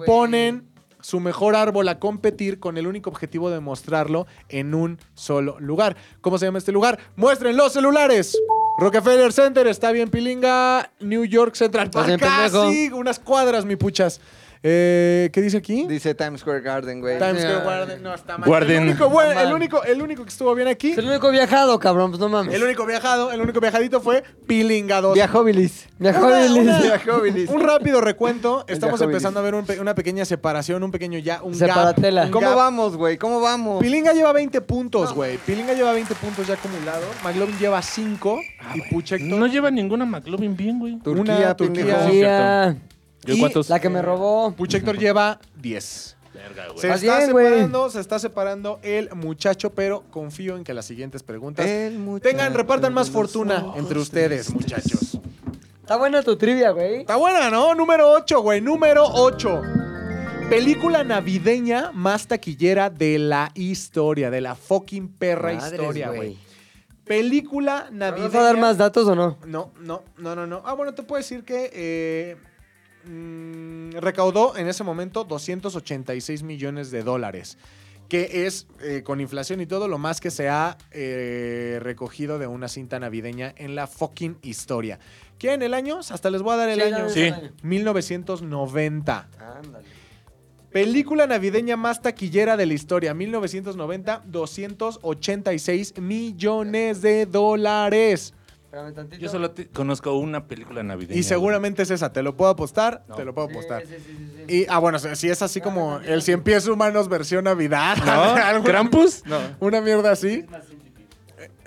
[SPEAKER 4] ponen su mejor árbol a competir con el único objetivo de mostrarlo en un solo lugar. ¿Cómo se llama este lugar? Muestren los celulares. Rockefeller Center está bien pilinga. New York Central
[SPEAKER 1] Estás
[SPEAKER 4] Park.
[SPEAKER 1] bien pendejo.
[SPEAKER 4] Casi unas cuadras, mi puchas. Eh, ¿Qué dice aquí?
[SPEAKER 5] Dice Times Square Garden, güey.
[SPEAKER 4] Times Square Garden. No, está mal.
[SPEAKER 3] Guarden.
[SPEAKER 4] El único, buen-
[SPEAKER 1] Está mal.
[SPEAKER 4] el único- el único que estuvo bien aquí,
[SPEAKER 1] Es el único viajado, cabrón, pues no mames.
[SPEAKER 4] el único viajado, el único viajadito fue Pilinga 2.
[SPEAKER 5] Viajóbilis.
[SPEAKER 1] Mejor
[SPEAKER 4] Una-
[SPEAKER 1] el-
[SPEAKER 4] una-
[SPEAKER 5] Viajóbilis.
[SPEAKER 4] Un rápido recuento. Estamos
[SPEAKER 5] Jacobilis.
[SPEAKER 4] empezando a ver un pe- una pequeña separación, un pequeño ya, un
[SPEAKER 1] Separatela.
[SPEAKER 4] gap. un
[SPEAKER 5] ¿Cómo
[SPEAKER 4] gap.
[SPEAKER 5] vamos, güey? ¿Cómo vamos?
[SPEAKER 4] Pilinga lleva 20 puntos, güey. Pilinga lleva 20 puntos ya acumulados. McLovin lleva 5
[SPEAKER 1] Ah,
[SPEAKER 4] y Puchector.
[SPEAKER 3] No lleva ninguna McLovin bien, güey.
[SPEAKER 5] Turquía,
[SPEAKER 4] Una Turquía.
[SPEAKER 5] pendejo.
[SPEAKER 3] Sí.
[SPEAKER 1] Tía,
[SPEAKER 3] ¿Yo
[SPEAKER 4] Y
[SPEAKER 3] cuántos?
[SPEAKER 1] La que me robó.
[SPEAKER 4] Puchector lleva 10. Se
[SPEAKER 1] Vas
[SPEAKER 4] está
[SPEAKER 1] bien, güey.
[SPEAKER 4] separando, se está separando el muchacho, pero confío en que las siguientes preguntas
[SPEAKER 5] El muchacho
[SPEAKER 4] tengan, repartan más
[SPEAKER 5] de los
[SPEAKER 4] fortuna
[SPEAKER 5] ojos
[SPEAKER 4] entre ustedes, muchachos.
[SPEAKER 1] Está buena tu trivia, güey.
[SPEAKER 4] Está buena, ¿no? Número 8, güey. Número 8. Película navideña más taquillera de la historia, de la fucking perra
[SPEAKER 1] Madres,
[SPEAKER 4] historia, güey. Película navideña.
[SPEAKER 1] ¿Vas a dar más datos o no?
[SPEAKER 4] No, no, no, no, no. Ah, bueno, te puedo decir que eh, mm, recaudó en ese momento 286 millones de dólares, que es eh, con inflación y todo lo más que se ha eh, recogido de una cinta navideña en la fucking historia. ¿Quieren el año? Hasta les voy a dar el año.
[SPEAKER 3] Sí.
[SPEAKER 4] 1990. Película navideña más taquillera de la historia, 1990, 286 millones de dólares.
[SPEAKER 1] Espérame tantito.
[SPEAKER 3] Yo solo te- conozco una película navideña.
[SPEAKER 4] Y seguramente es esa, te lo puedo apostar,
[SPEAKER 3] No.
[SPEAKER 4] te lo puedo
[SPEAKER 1] Sí,
[SPEAKER 4] apostar.
[SPEAKER 1] sí, sí, sí, sí.
[SPEAKER 4] Y, ah, bueno, si si es así como el cien pies humanos versión Navidad.
[SPEAKER 3] ¿No?
[SPEAKER 4] alguna-
[SPEAKER 3] ¿Krampus?
[SPEAKER 5] No.
[SPEAKER 4] Una mierda así.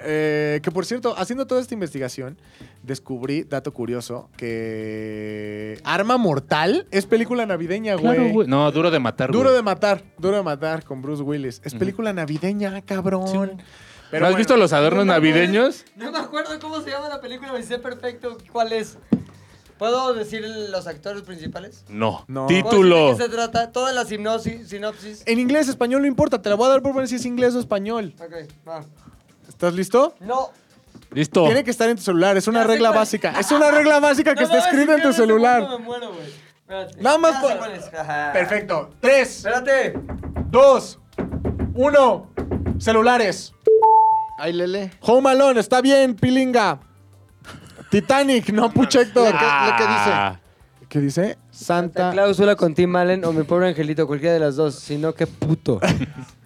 [SPEAKER 4] Eh, que por cierto, haciendo toda esta investigación, descubrí, dato curioso, que Arma Mortal es película navideña, güey.
[SPEAKER 3] Claro, güey. No, duro de matar,
[SPEAKER 4] Duro
[SPEAKER 3] güey.
[SPEAKER 4] de matar, duro de matar con Bruce Willis. Es película navideña, cabrón.
[SPEAKER 3] Sí, güey.
[SPEAKER 4] Pero
[SPEAKER 3] ¿No has
[SPEAKER 4] bueno,
[SPEAKER 3] visto los adornos
[SPEAKER 1] No mames.
[SPEAKER 3] navideños?
[SPEAKER 1] No me acuerdo cómo se llama la película, me sé perfecto cuál es. ¿Puedo decir los actores principales?
[SPEAKER 3] No.
[SPEAKER 4] No.
[SPEAKER 1] ¿Puedo
[SPEAKER 3] Título.
[SPEAKER 1] decir ¿De qué se trata? Toda la sinopsis. sinopsis.
[SPEAKER 4] En inglés, español, no importa. Te la voy a dar por ver si es inglés o español.
[SPEAKER 1] Ok, va.
[SPEAKER 4] ¿Estás listo?
[SPEAKER 1] No.
[SPEAKER 3] Listo.
[SPEAKER 4] Tiene que estar en tu celular, es una
[SPEAKER 1] Ya sé
[SPEAKER 4] regla
[SPEAKER 1] cuál.
[SPEAKER 4] básica. Es una regla básica que
[SPEAKER 1] No
[SPEAKER 4] está
[SPEAKER 1] mames,
[SPEAKER 4] escrita en
[SPEAKER 1] si
[SPEAKER 4] tu
[SPEAKER 1] pierdes un
[SPEAKER 4] celular.
[SPEAKER 1] punto este me muero, güey. Espérate.
[SPEAKER 4] Nada más
[SPEAKER 1] Ya
[SPEAKER 4] por-
[SPEAKER 1] sé cuál es. Ajá.
[SPEAKER 4] Perfecto. 3,
[SPEAKER 1] Espérate.
[SPEAKER 4] 2, 1. Celulares.
[SPEAKER 5] Ay, Lele.
[SPEAKER 4] Home Alone, está bien, pilinga. Titanic, no puchecto.
[SPEAKER 3] Ah.
[SPEAKER 4] ¿Qué, qué dice?
[SPEAKER 1] Santa
[SPEAKER 4] Santa.
[SPEAKER 1] Cláusula con Tim Allen o mi pobre angelito, cualquiera de las dos, sino que puto.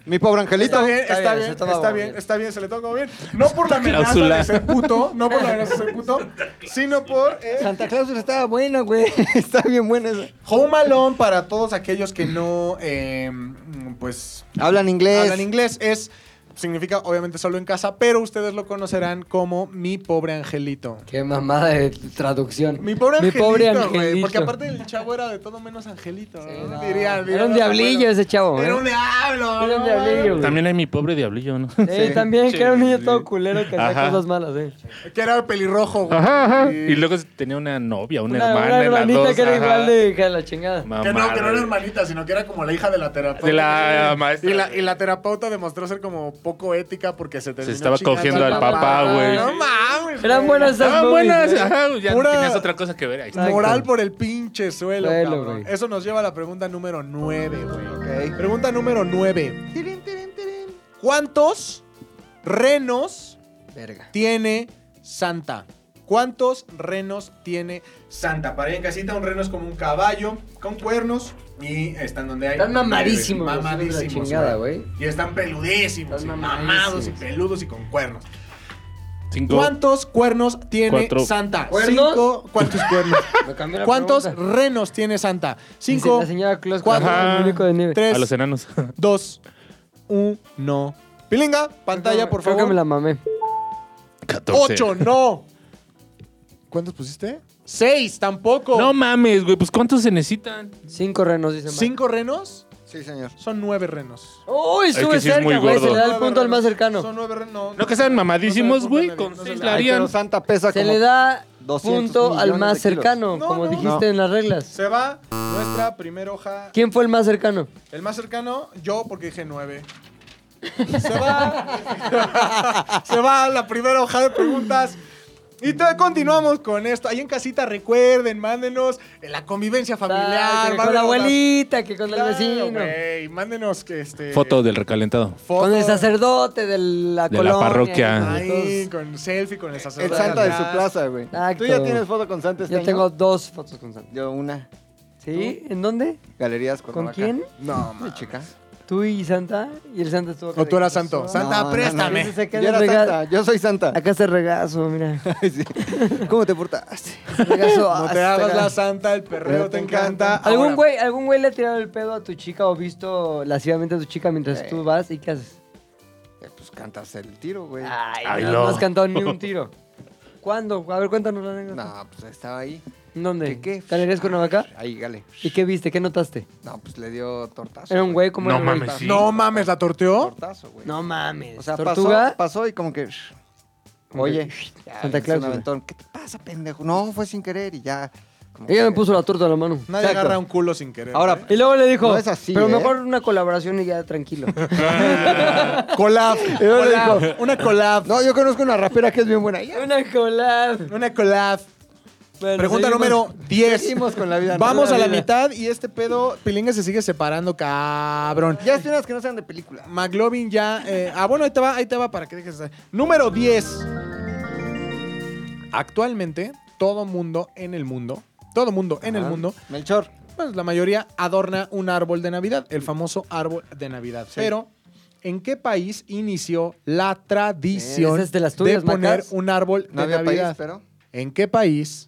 [SPEAKER 5] Mi pobre angelito.
[SPEAKER 4] Está bien,
[SPEAKER 1] Está
[SPEAKER 4] está
[SPEAKER 1] bien,
[SPEAKER 4] bien,
[SPEAKER 1] se toma
[SPEAKER 4] está
[SPEAKER 1] bien.
[SPEAKER 4] bien, está bien, se le toma bien. No por la amenaza
[SPEAKER 3] Cláusula.
[SPEAKER 4] de ser puto, no por la amenaza de ser puto, sino por eh,
[SPEAKER 5] Santa Claus estaba buena, güey. Está bien buena esa.
[SPEAKER 4] Home Alone para todos aquellos que no, eh, pues,
[SPEAKER 5] Hablan inglés.
[SPEAKER 4] hablan inglés es significa obviamente solo en casa, pero ustedes lo conocerán como mi pobre angelito.
[SPEAKER 1] Qué mamada Ah, de traducción.
[SPEAKER 4] Mi pobre angelito,
[SPEAKER 1] Mi pobre
[SPEAKER 4] güey,
[SPEAKER 1] angelito.
[SPEAKER 4] porque aparte el chavo era de todo menos angelito,
[SPEAKER 1] Sí,
[SPEAKER 4] ¿no?
[SPEAKER 1] no.
[SPEAKER 4] Diría- diría
[SPEAKER 1] Era un
[SPEAKER 4] la
[SPEAKER 1] diablillo
[SPEAKER 4] abuela.
[SPEAKER 1] ese chavo.
[SPEAKER 4] Era
[SPEAKER 1] ¿eh?
[SPEAKER 4] un diablo.
[SPEAKER 1] Era un
[SPEAKER 4] ¿no?
[SPEAKER 1] diablillo, güey.
[SPEAKER 3] También hay mi pobre diablillo, ¿no?
[SPEAKER 1] Sí, también, que era un niño
[SPEAKER 3] Sí.
[SPEAKER 1] todo culero que hacía
[SPEAKER 3] Ajá.
[SPEAKER 1] cosas malas, eh.
[SPEAKER 4] Que era pelirrojo, güey.
[SPEAKER 3] Ajá, ajá.
[SPEAKER 4] Sí.
[SPEAKER 3] Y luego tenía una novia, una,
[SPEAKER 1] Una,
[SPEAKER 3] hermana.
[SPEAKER 1] una
[SPEAKER 3] en la
[SPEAKER 1] hermanita
[SPEAKER 3] dos,
[SPEAKER 1] que era
[SPEAKER 3] ajá.
[SPEAKER 1] igual de hija de la chingada.
[SPEAKER 4] Que no,
[SPEAKER 3] Mamada,
[SPEAKER 4] que no era
[SPEAKER 3] güey.
[SPEAKER 4] hermanita, sino que era como la hija de la terapeuta.
[SPEAKER 3] De la, eh,
[SPEAKER 4] Y-
[SPEAKER 3] maestra.
[SPEAKER 4] Y la, y la terapeuta demostró ser como poco ética porque se terminó
[SPEAKER 3] estaba
[SPEAKER 4] chingando
[SPEAKER 3] cogiendo al papá,
[SPEAKER 1] güey.
[SPEAKER 4] No mames.
[SPEAKER 1] Eran
[SPEAKER 4] güey.
[SPEAKER 1] buenas esas
[SPEAKER 3] Ah,
[SPEAKER 1] movies,
[SPEAKER 3] buenas.
[SPEAKER 1] ¿eh?
[SPEAKER 3] Ajá, ya
[SPEAKER 4] Pura-
[SPEAKER 3] no tenías otra cosa que ver ahí.
[SPEAKER 1] Exacto.
[SPEAKER 4] Moral por el pinche suelo,
[SPEAKER 1] Suelo,
[SPEAKER 4] cabrón.
[SPEAKER 1] güey.
[SPEAKER 4] Eso nos lleva a la pregunta número 9, güey.
[SPEAKER 5] Ok.
[SPEAKER 4] Pregunta número 9.
[SPEAKER 5] Tirín, tirín, tirín.
[SPEAKER 4] ¿Cuántos renos
[SPEAKER 1] Verga.
[SPEAKER 4] tiene Santa? ¿Cuántos renos tiene Santa? Para ir en casita, un reno es como un caballo con cuernos. Y están donde hay.
[SPEAKER 1] Están mamadísimos, los hijos de la
[SPEAKER 4] Mamadísimos.
[SPEAKER 2] chingada, güey.
[SPEAKER 4] Y están peludísimos.
[SPEAKER 2] Están
[SPEAKER 4] y
[SPEAKER 2] mamadísimos.
[SPEAKER 4] mamados y peludos y con cuernos.
[SPEAKER 3] Cinco.
[SPEAKER 4] ¿Cuántos cuernos tiene
[SPEAKER 3] Cuatro.
[SPEAKER 4] Santa?
[SPEAKER 1] ¿Cuernos?
[SPEAKER 4] Cinco. ¿Cuántos cuernos?
[SPEAKER 2] Me cambió la
[SPEAKER 4] ¿Cuántos
[SPEAKER 2] pregunta.
[SPEAKER 4] renos tiene Santa? Cinco,
[SPEAKER 2] Dice la señora Claus
[SPEAKER 4] cuatro,
[SPEAKER 2] cuando era un muñeco de nieve.
[SPEAKER 4] tres,
[SPEAKER 3] A los enanos.
[SPEAKER 4] dos, uno. Pilinga, pantalla, por
[SPEAKER 2] Creo
[SPEAKER 4] favor.
[SPEAKER 2] que me la mamé.
[SPEAKER 3] 14.
[SPEAKER 4] ¡Ocho, no! ¿Cuántos pusiste? ¡Seis, tampoco!
[SPEAKER 3] No mames, güey. Pues ¿cuántos se necesitan?
[SPEAKER 2] Cinco renos, dice Mac.
[SPEAKER 4] ¿Cinco renos?
[SPEAKER 5] Sí, señor.
[SPEAKER 4] Son nueve renos.
[SPEAKER 2] ¡Uy!
[SPEAKER 3] que
[SPEAKER 2] Sube
[SPEAKER 3] sí es muy
[SPEAKER 2] cerca, güey. Se
[SPEAKER 3] gordo.
[SPEAKER 2] le da el
[SPEAKER 4] Nueve
[SPEAKER 2] punto al
[SPEAKER 4] renos.
[SPEAKER 2] más cercano.
[SPEAKER 4] Son nueve renos. No,
[SPEAKER 3] No que sean mamadísimos, güey. Con
[SPEAKER 4] No se
[SPEAKER 3] seis
[SPEAKER 4] la-
[SPEAKER 3] la
[SPEAKER 5] Ay,
[SPEAKER 3] harían.
[SPEAKER 5] pero Santa pesa
[SPEAKER 2] Se
[SPEAKER 5] como...
[SPEAKER 2] le da
[SPEAKER 5] 200
[SPEAKER 2] punto al
[SPEAKER 5] millones
[SPEAKER 2] más
[SPEAKER 5] de kilos.
[SPEAKER 2] cercano,
[SPEAKER 4] No,
[SPEAKER 2] como
[SPEAKER 4] no.
[SPEAKER 2] dijiste en las reglas.
[SPEAKER 4] Se va nuestra primera hoja.
[SPEAKER 2] ¿Quién fue el más cercano?
[SPEAKER 4] El más cercano, yo, porque dije nueve. Se va. se va la primera hoja de preguntas. Y te- continuamos con esto. Ahí en casita, recuerden, mándenos en la convivencia familiar.
[SPEAKER 2] Claro, Ah, que con la
[SPEAKER 4] mándenos
[SPEAKER 2] abuelita, que con el
[SPEAKER 4] Claro,
[SPEAKER 2] vecino.
[SPEAKER 4] güey, mándenos que este.
[SPEAKER 3] Foto del recalentado.
[SPEAKER 4] foto
[SPEAKER 2] Con el sacerdote de la
[SPEAKER 3] De la
[SPEAKER 2] colonia.
[SPEAKER 3] parroquia.
[SPEAKER 4] Ahí, con selfie, con el sacerdote.
[SPEAKER 5] El Santa de su
[SPEAKER 4] atrás.
[SPEAKER 5] plaza, güey.
[SPEAKER 2] Exacto.
[SPEAKER 5] Tú ya tienes foto con Santa este
[SPEAKER 2] Yo
[SPEAKER 5] año?
[SPEAKER 2] tengo dos fotos con Santa.
[SPEAKER 5] Yo una.
[SPEAKER 2] ¿Sí? ¿En dónde?
[SPEAKER 5] Galerías
[SPEAKER 2] ¿Con
[SPEAKER 5] Cuernavaca.
[SPEAKER 2] quién?
[SPEAKER 4] No,
[SPEAKER 5] Mi chica.
[SPEAKER 2] Tú y Santa. Y el Santa estuvo acá
[SPEAKER 4] O tú eras
[SPEAKER 2] de pues,
[SPEAKER 4] santo.
[SPEAKER 2] corazón.
[SPEAKER 4] Santa, préstame.
[SPEAKER 2] Ese se
[SPEAKER 5] Yo
[SPEAKER 2] queda en
[SPEAKER 5] era
[SPEAKER 2] rega-
[SPEAKER 5] Santa. Yo soy Santa.
[SPEAKER 2] Acá se regazo, mira.
[SPEAKER 5] Ay, sí. ¿Cómo te portaste?
[SPEAKER 2] Regazo
[SPEAKER 4] No te
[SPEAKER 2] hasta
[SPEAKER 4] hagas
[SPEAKER 2] acá.
[SPEAKER 4] la santa, el perreo te encanta.
[SPEAKER 2] ¿Algún
[SPEAKER 4] Ahora,
[SPEAKER 2] güey, ¿Algún güey le ha tirado el pedo a tu chica o visto lascivamente a tu chica mientras tú vas? ¿Y qué haces?
[SPEAKER 5] Eh, pues cantas el tiro, güey.
[SPEAKER 2] Ay,
[SPEAKER 3] Ay,
[SPEAKER 2] no,
[SPEAKER 3] no.
[SPEAKER 2] no has cantado ni un tiro. ¿Cuándo? A ver, cuéntanos la anécdota.
[SPEAKER 5] No, pues estaba ahí.
[SPEAKER 2] ¿En ¿Dónde?
[SPEAKER 5] ¿Qué, qué?
[SPEAKER 2] ¿Galerías Cuernavaca?
[SPEAKER 5] Ahí, gale.
[SPEAKER 2] ¿Y qué viste? ¿Qué notaste?
[SPEAKER 5] No, pues le dio tortazo.
[SPEAKER 2] ¿Era un güey como
[SPEAKER 3] No
[SPEAKER 2] era el güey?
[SPEAKER 3] mames, sí.
[SPEAKER 4] No mames, ¿la torteó?
[SPEAKER 5] Tortazo, güey.
[SPEAKER 2] No mames.
[SPEAKER 5] O sea,
[SPEAKER 2] ¿Tortuga?
[SPEAKER 5] pasó, pasó y como que... Oye, ya,
[SPEAKER 2] Santa
[SPEAKER 5] es
[SPEAKER 2] Claus,
[SPEAKER 5] un
[SPEAKER 2] güey.
[SPEAKER 5] aventón. ¿Qué te pasa, pendejo? No, fue sin querer y ya. como
[SPEAKER 2] Ella me
[SPEAKER 5] que-
[SPEAKER 2] puso la torta en la mano.
[SPEAKER 4] Nadie
[SPEAKER 2] Exacto.
[SPEAKER 4] agarra un culo sin querer. ¿eh?
[SPEAKER 5] Ahora,
[SPEAKER 2] Y luego le dijo,
[SPEAKER 5] No es así,
[SPEAKER 2] pero
[SPEAKER 5] ¿eh?
[SPEAKER 2] mejor una colaboración y ya tranquilo.
[SPEAKER 4] Collab. collab. Una collab.
[SPEAKER 5] No, yo conozco una rapera que es bien buena. Ya.
[SPEAKER 2] una collab.
[SPEAKER 4] Una collab.
[SPEAKER 2] Bueno,
[SPEAKER 4] Pregunta
[SPEAKER 2] seguimos.
[SPEAKER 4] número 10.
[SPEAKER 5] Seguimos con la vida. ¿no?
[SPEAKER 4] Vamos a la
[SPEAKER 2] vida.
[SPEAKER 4] mitad y este pedo, Pilinga se sigue separando, cabrón.
[SPEAKER 5] Ya estoy unas que no sean de película.
[SPEAKER 4] McLovin ya. eh, ah, bueno, ahí te va, ahí te va para que dejes. de- Número 10. Actualmente, todo mundo en el mundo, todo mundo en el
[SPEAKER 5] Ajá.
[SPEAKER 4] mundo,
[SPEAKER 5] Melchor.
[SPEAKER 4] pues la mayoría adorna un árbol de Navidad, el famoso árbol de Navidad. Pero, ¿en qué país inició la tradición
[SPEAKER 2] Esa es de las tuyas,
[SPEAKER 4] de poner
[SPEAKER 2] Macas.
[SPEAKER 4] un árbol
[SPEAKER 5] No
[SPEAKER 4] de
[SPEAKER 5] había
[SPEAKER 4] Navidad?
[SPEAKER 5] país, pero...
[SPEAKER 4] ¿En qué país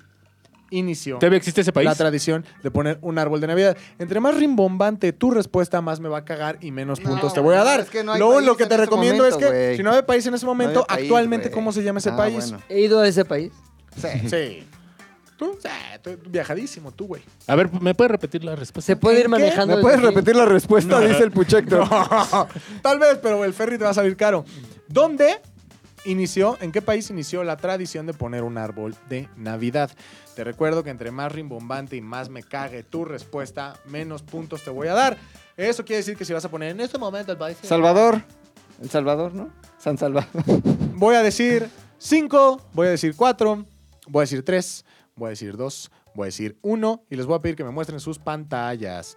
[SPEAKER 4] inició
[SPEAKER 3] ¿Todavía existe ese país?
[SPEAKER 4] la tradición de poner un árbol de Navidad. Entre más rimbombante tu respuesta, más me va a cagar y menos
[SPEAKER 5] No,
[SPEAKER 4] puntos te voy a
[SPEAKER 5] no,
[SPEAKER 4] dar.
[SPEAKER 5] es que no hay
[SPEAKER 4] lo,
[SPEAKER 5] país
[SPEAKER 4] lo que
[SPEAKER 5] en
[SPEAKER 4] te
[SPEAKER 5] ese
[SPEAKER 4] recomiendo
[SPEAKER 5] momento,
[SPEAKER 4] es que,
[SPEAKER 5] güey.
[SPEAKER 4] si no hay país en ese momento,
[SPEAKER 5] había país,
[SPEAKER 4] actualmente,
[SPEAKER 5] güey.
[SPEAKER 4] ¿cómo se llama ese
[SPEAKER 5] Ah,
[SPEAKER 4] país?
[SPEAKER 5] bueno.
[SPEAKER 2] He ido a ese país.
[SPEAKER 5] Sí.
[SPEAKER 4] Sí. Tú, sí, tú viajadísimo, tú, güey.
[SPEAKER 3] A ver, ¿me puedes repetir la respuesta?
[SPEAKER 2] Se puede ir
[SPEAKER 4] ¿Qué?
[SPEAKER 2] manejando. desde aquí.
[SPEAKER 5] la respuesta? Dice el puchector.
[SPEAKER 4] Tal vez, pero el ferry te va a salir caro. ¿Dónde inició, en qué país inició la tradición de poner un árbol de Navidad? Te recuerdo que entre más rimbombante y más me cague tu respuesta, menos puntos te voy a dar. Eso quiere decir que si vas a poner en este momento el país...
[SPEAKER 5] Salvador. El Salvador, ¿no? San Salvador.
[SPEAKER 4] Voy a decir 5, voy a decir 4, voy a decir 3, voy a decir 2, voy a decir 1 y les voy a pedir que me muestren sus pantallas.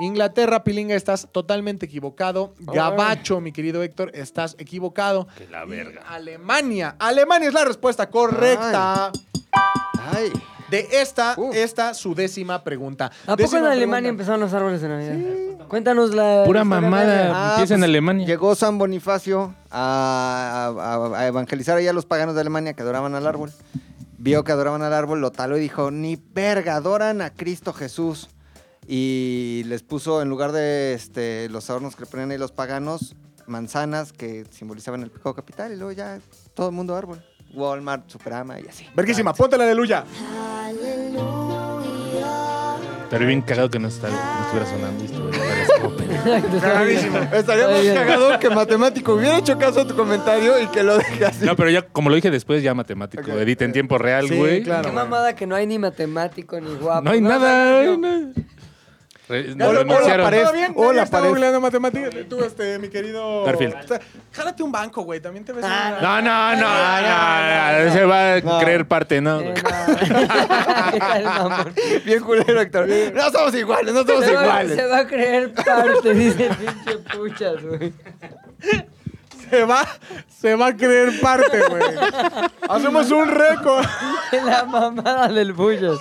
[SPEAKER 4] Inglaterra, Pilinga, estás totalmente equivocado. Gabacho, mi querido Héctor, estás equivocado. Que la verga. Alemania. Alemania es la respuesta correcta
[SPEAKER 5] Ay.
[SPEAKER 4] de esta,
[SPEAKER 5] Uf.
[SPEAKER 4] esta su décima pregunta.
[SPEAKER 2] ¿A poco
[SPEAKER 4] Décima
[SPEAKER 2] en Alemania
[SPEAKER 4] pregunta.
[SPEAKER 2] empezaron los árboles de Navidad? Cuéntanos la.
[SPEAKER 3] Pura
[SPEAKER 2] historia breve.
[SPEAKER 3] mamada.
[SPEAKER 5] Ah,
[SPEAKER 3] Empieza en
[SPEAKER 5] pues,
[SPEAKER 3] Alemania.
[SPEAKER 5] Llegó San Bonifacio a, a- a- a evangelizar allá a los paganos de Alemania que adoraban al árbol. Vio que adoraban al árbol, lo taló y dijo, ni verga, adoran a Cristo Jesús. Y les puso, en lugar de este, los adornos que le ponían ahí los paganos, manzanas que simbolizaban el pecado capital y luego ya todo el mundo árbol. Walmart, Superama y así.
[SPEAKER 4] Verguísima, ponte la aleluya.
[SPEAKER 3] Pero bien cagado que no, está, no estuviera sonando esto. de las óperas.
[SPEAKER 4] Cagadísimo.
[SPEAKER 5] Estaría
[SPEAKER 2] Está
[SPEAKER 5] más
[SPEAKER 2] bien.
[SPEAKER 5] cagado que matemático hubiera hecho caso a tu comentario y que lo deje así.
[SPEAKER 3] No, pero ya, como lo dije después, ya matemático.
[SPEAKER 5] Ok.
[SPEAKER 3] Edita en tiempo real,
[SPEAKER 4] Sí,
[SPEAKER 3] güey.
[SPEAKER 4] claro.
[SPEAKER 2] Qué
[SPEAKER 4] güey.
[SPEAKER 2] mamada que no hay ni matemático ni guapo.
[SPEAKER 3] No hay nada.
[SPEAKER 2] hay-
[SPEAKER 3] no. Re-
[SPEAKER 4] Ya
[SPEAKER 3] nos
[SPEAKER 4] lo-
[SPEAKER 3] renunciaron.
[SPEAKER 4] Hola, pared. ¿Todo bien?
[SPEAKER 5] Hola,
[SPEAKER 4] Ya estaba
[SPEAKER 5] pared.
[SPEAKER 4] googleando matemáticas. Tú, este, mi querido...
[SPEAKER 3] Garfield.
[SPEAKER 4] O sea, Jálate un banco, güey. También te ves...
[SPEAKER 2] Ah,
[SPEAKER 4] una-
[SPEAKER 3] No, no, no,
[SPEAKER 4] Ah,
[SPEAKER 3] no, no, Se va a creer parte, ¿no?
[SPEAKER 2] Eh,
[SPEAKER 3] güey?
[SPEAKER 2] no. Está el mamón.
[SPEAKER 5] Bien culero, Héctor. No somos iguales, no somos
[SPEAKER 2] Se va, se
[SPEAKER 5] iguales.
[SPEAKER 2] va a creer parte, dice el pinche puchas, güey.
[SPEAKER 4] Se va, se va a creer parte, güey. Hacemos un récord.
[SPEAKER 2] La mamada del puchas.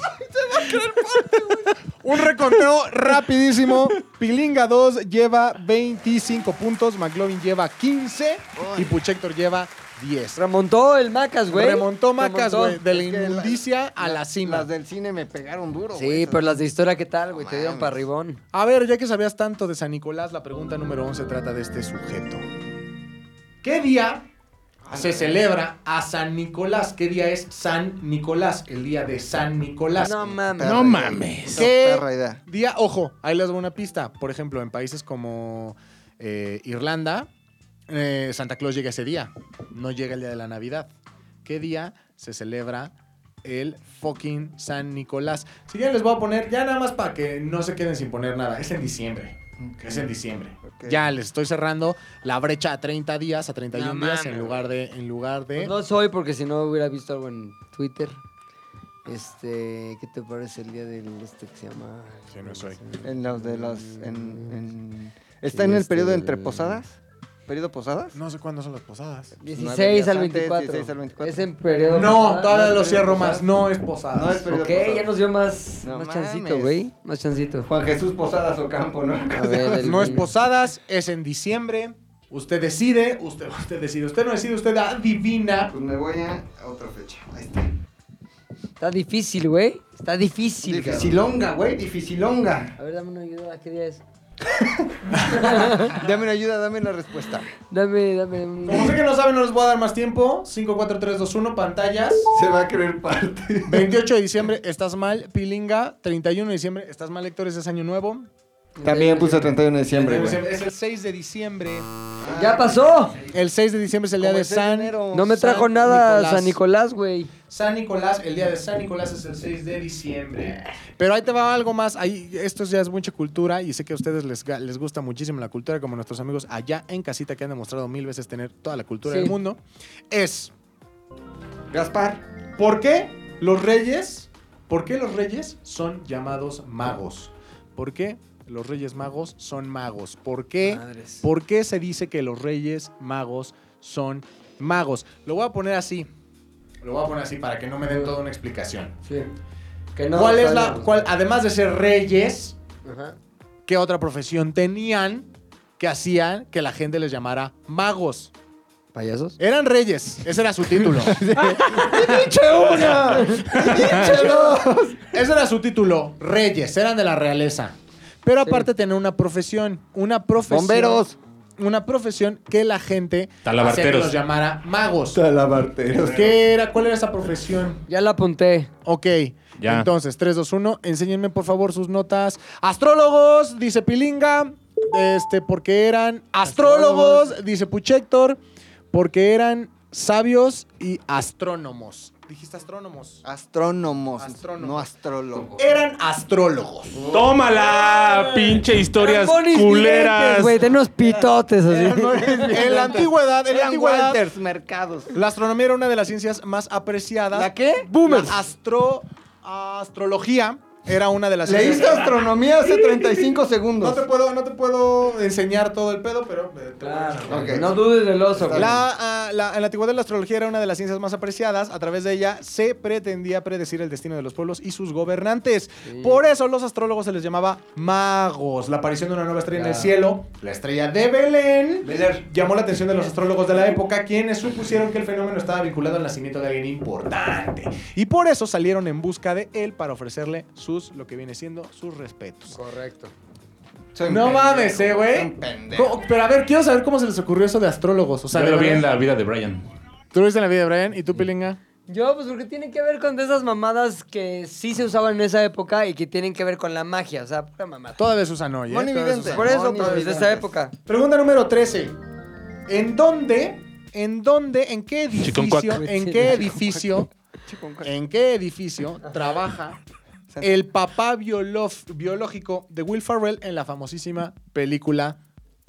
[SPEAKER 4] Un reconteo rapidísimo. Pilinga 2 lleva 25 puntos, McLovin lleva 15 y Puchector lleva 10.
[SPEAKER 1] Remontó el Macas, güey.
[SPEAKER 4] Remontó Macas,
[SPEAKER 1] Remontó.
[SPEAKER 4] güey, de la
[SPEAKER 5] Es que la-
[SPEAKER 4] inmundicia a la cima.
[SPEAKER 5] Las del cine me pegaron duro.
[SPEAKER 2] Sí,
[SPEAKER 5] güey.
[SPEAKER 2] pero las de historia, ¿qué tal, güey?
[SPEAKER 5] No
[SPEAKER 2] Te dieron
[SPEAKER 5] mames.
[SPEAKER 2] para ribón.
[SPEAKER 4] A ver, ya que sabías tanto de San Nicolás, la pregunta número 11 trata de este sujeto. ¿Qué día se celebra a San Nicolás? ¿Qué día es San Nicolás? El día de San Nicolás.
[SPEAKER 2] No mames.
[SPEAKER 3] No mames.
[SPEAKER 4] ¿Qué?
[SPEAKER 5] Perra idea.
[SPEAKER 4] Día, ojo, ahí les doy una pista. Por ejemplo, en países como eh, Irlanda, eh, Santa Claus llega ese día. No llega el día de la Navidad. ¿Qué día se celebra el fucking San Nicolás? Si quieren les voy a poner, ya nada más para que no se queden sin poner nada. Es en diciembre. Es en diciembre.
[SPEAKER 5] Ok.
[SPEAKER 4] Ya les estoy cerrando la brecha a 30 días, a 31
[SPEAKER 2] No
[SPEAKER 4] días,
[SPEAKER 2] mames,
[SPEAKER 4] en lugar de... En lugar de...
[SPEAKER 2] Pues no soy porque si no hubiera visto algo en Twitter. Este, ¿qué te parece el día del este que se llama?
[SPEAKER 4] Sí, no soy.
[SPEAKER 5] En los de las. en- en-
[SPEAKER 2] Sí,
[SPEAKER 5] Está en el
[SPEAKER 2] este,
[SPEAKER 5] periodo
[SPEAKER 2] el-
[SPEAKER 5] entre posadas. ¿Periodo posadas?
[SPEAKER 4] No sé cuándo son las posadas.
[SPEAKER 2] 16 al
[SPEAKER 5] Antes,
[SPEAKER 2] 24.
[SPEAKER 5] 16 al 24.
[SPEAKER 2] Es en periodo.
[SPEAKER 4] No,
[SPEAKER 2] pasado.
[SPEAKER 4] todavía
[SPEAKER 2] No
[SPEAKER 4] lo
[SPEAKER 2] es
[SPEAKER 4] cierro
[SPEAKER 2] periodo
[SPEAKER 4] más.
[SPEAKER 2] pasado.
[SPEAKER 4] No es posadas.
[SPEAKER 5] No es periodo
[SPEAKER 2] Ok,
[SPEAKER 5] pasado.
[SPEAKER 2] ya nos dio más,
[SPEAKER 5] No
[SPEAKER 2] más
[SPEAKER 5] mames.
[SPEAKER 2] chancito, güey. Más chancito.
[SPEAKER 5] Juan Jesús Posadas Ocampo, ¿no?
[SPEAKER 2] A ver, el-
[SPEAKER 4] No es posadas, es en diciembre. Usted decide, usted, usted decide, usted no decide, usted adivina.
[SPEAKER 5] Pues me voy a a otra fecha. Ahí está.
[SPEAKER 2] Está difícil, güey. Está difícil. cabrón.
[SPEAKER 5] Dificilonga, güey, dificilonga.
[SPEAKER 2] A ver, dame una ayuda. ¿Qué día es?
[SPEAKER 5] ¿Eh? Dame una ayuda, dame la respuesta.
[SPEAKER 2] Dame, dame. un-
[SPEAKER 4] Como sé que no saben, no les voy a dar más tiempo. 5, 4, 3, 2, 1, pantallas.
[SPEAKER 5] Se va a creer parte.
[SPEAKER 4] 28 de diciembre, estás mal, Pilinga. 31 de diciembre, estás mal, Héctor, ese es año nuevo.
[SPEAKER 5] También puse 31 de diciembre, güey.
[SPEAKER 4] Es el 6 de diciembre.
[SPEAKER 2] ¡Ya pasó!
[SPEAKER 4] El 6 de diciembre es el día
[SPEAKER 5] Como
[SPEAKER 4] de
[SPEAKER 5] el seis de
[SPEAKER 4] San.
[SPEAKER 5] enero.
[SPEAKER 2] No me
[SPEAKER 4] San
[SPEAKER 2] trajo nada
[SPEAKER 4] Nicolás.
[SPEAKER 2] San Nicolás, güey.
[SPEAKER 4] San Nicolás, el día de San Nicolás es el 6 de diciembre. Pero ahí te va algo más. Ahí, esto ya es mucha cultura y sé que a ustedes les, ga- les gusta muchísimo la cultura, como nuestros amigos allá en casita que han demostrado mil veces tener toda la cultura
[SPEAKER 2] Sí.
[SPEAKER 4] del mundo. Es,
[SPEAKER 5] Gaspar.
[SPEAKER 4] ¿por qué los reyes, por qué los reyes son llamados magos? ¿Por qué los reyes magos son magos? ¿Por
[SPEAKER 5] Ah.
[SPEAKER 4] qué?
[SPEAKER 2] Madres.
[SPEAKER 4] ¿Por qué se dice que los reyes magos son magos? Lo voy a poner así. Lo voy a poner así para que no me den toda una explicación.
[SPEAKER 2] Sí. Que no
[SPEAKER 4] ¿Cuál es la,
[SPEAKER 2] sabemos.
[SPEAKER 4] cuál, además de ser reyes,
[SPEAKER 2] Ajá.
[SPEAKER 4] qué otra profesión tenían que hacían que la gente les llamara magos?
[SPEAKER 2] ¿Payasos?
[SPEAKER 4] Eran reyes, ese era su título. ese era su título, reyes, eran de la realeza. Pero aparte tenían una profesión, una profesión.
[SPEAKER 5] Bomberos.
[SPEAKER 4] Una profesión que la gente hacía que
[SPEAKER 3] Talabarteros.
[SPEAKER 4] los llamara magos.
[SPEAKER 5] Talabarteros.
[SPEAKER 4] ¿Qué era? ¿Cuál era esa profesión?
[SPEAKER 2] Ya la apunté.
[SPEAKER 4] Ok.
[SPEAKER 3] Ya.
[SPEAKER 4] Entonces, 3, 2, 1. Enséñenme, por favor, sus notas. Astrólogos, dice Pilinga. Este, porque eran astrólogos, dice Puchector. Porque eran sabios y astrónomos. Dijiste astrónomos.
[SPEAKER 5] Astrónomos. Eh,
[SPEAKER 4] Astrónomos.
[SPEAKER 5] No astrólogos.
[SPEAKER 4] Eran astrólogos.
[SPEAKER 3] ¡Tómala! ¡Pinche historias
[SPEAKER 2] Rambones gigantes,
[SPEAKER 3] culeras!
[SPEAKER 2] Güey, ten unos pitotes así.
[SPEAKER 4] en la antigüedad, en la
[SPEAKER 5] Eran
[SPEAKER 4] antigüedad.
[SPEAKER 5] Walters Mercados.
[SPEAKER 4] La astronomía era una de las ciencias más apreciadas.
[SPEAKER 5] ¿La qué?
[SPEAKER 4] Boomers. La astro- astrología era una de las
[SPEAKER 5] Leíste astronomía hace 35
[SPEAKER 4] No
[SPEAKER 5] segundos.
[SPEAKER 4] te puedo, no te puedo enseñar todo el pedo, pero eh, te voy a enseñar.
[SPEAKER 5] Ok.
[SPEAKER 2] No dudes del oso, güey.
[SPEAKER 4] La, ah, la- en la antigüedad la astrología era una de las ciencias más apreciadas. A través de ella se pretendía predecir el destino de los pueblos y sus gobernantes. Por eso los astrólogos se les llamaba magos. La aparición de una nueva estrella en el cielo, la estrella de Belén, llamó la atención de los astrólogos de la época, quienes supusieron que el fenómeno estaba vinculado al nacimiento de alguien importante. Y por eso salieron en busca de él para ofrecerle sus, lo que viene siendo, sus respetos.
[SPEAKER 2] Correcto.
[SPEAKER 5] Soy un
[SPEAKER 4] No
[SPEAKER 5] pendejo,
[SPEAKER 4] mames, eh, güey.
[SPEAKER 5] soy un pendejo.
[SPEAKER 4] ¿Cómo? Pero a ver, quiero saber cómo se les ocurrió eso de astrólogos. O sea,
[SPEAKER 3] Yo
[SPEAKER 4] de
[SPEAKER 3] lo vi en
[SPEAKER 4] verdad.
[SPEAKER 3] la vida de Brian.
[SPEAKER 4] Tú lo viste en la vida de Brian y tú, Pilinga.
[SPEAKER 2] Yo, pues porque tiene que ver con de esas mamadas que sí se usaban en esa época y que tienen que ver con la magia, o sea, pura mamada.
[SPEAKER 4] Todavía Susan hoy, ¿eh?
[SPEAKER 5] Moni
[SPEAKER 4] Todavía
[SPEAKER 5] Vidente.
[SPEAKER 4] Susan.
[SPEAKER 2] Por eso,
[SPEAKER 5] Demonios,
[SPEAKER 2] pues, de esa
[SPEAKER 5] demonios.
[SPEAKER 2] época.
[SPEAKER 4] Pregunta número 13. ¿En dónde, en dónde, en qué edificio,
[SPEAKER 3] Chiconcuac.
[SPEAKER 4] en qué edificio, en qué edificio trabaja el papá biolof- biológico de Will Ferrell en la famosísima película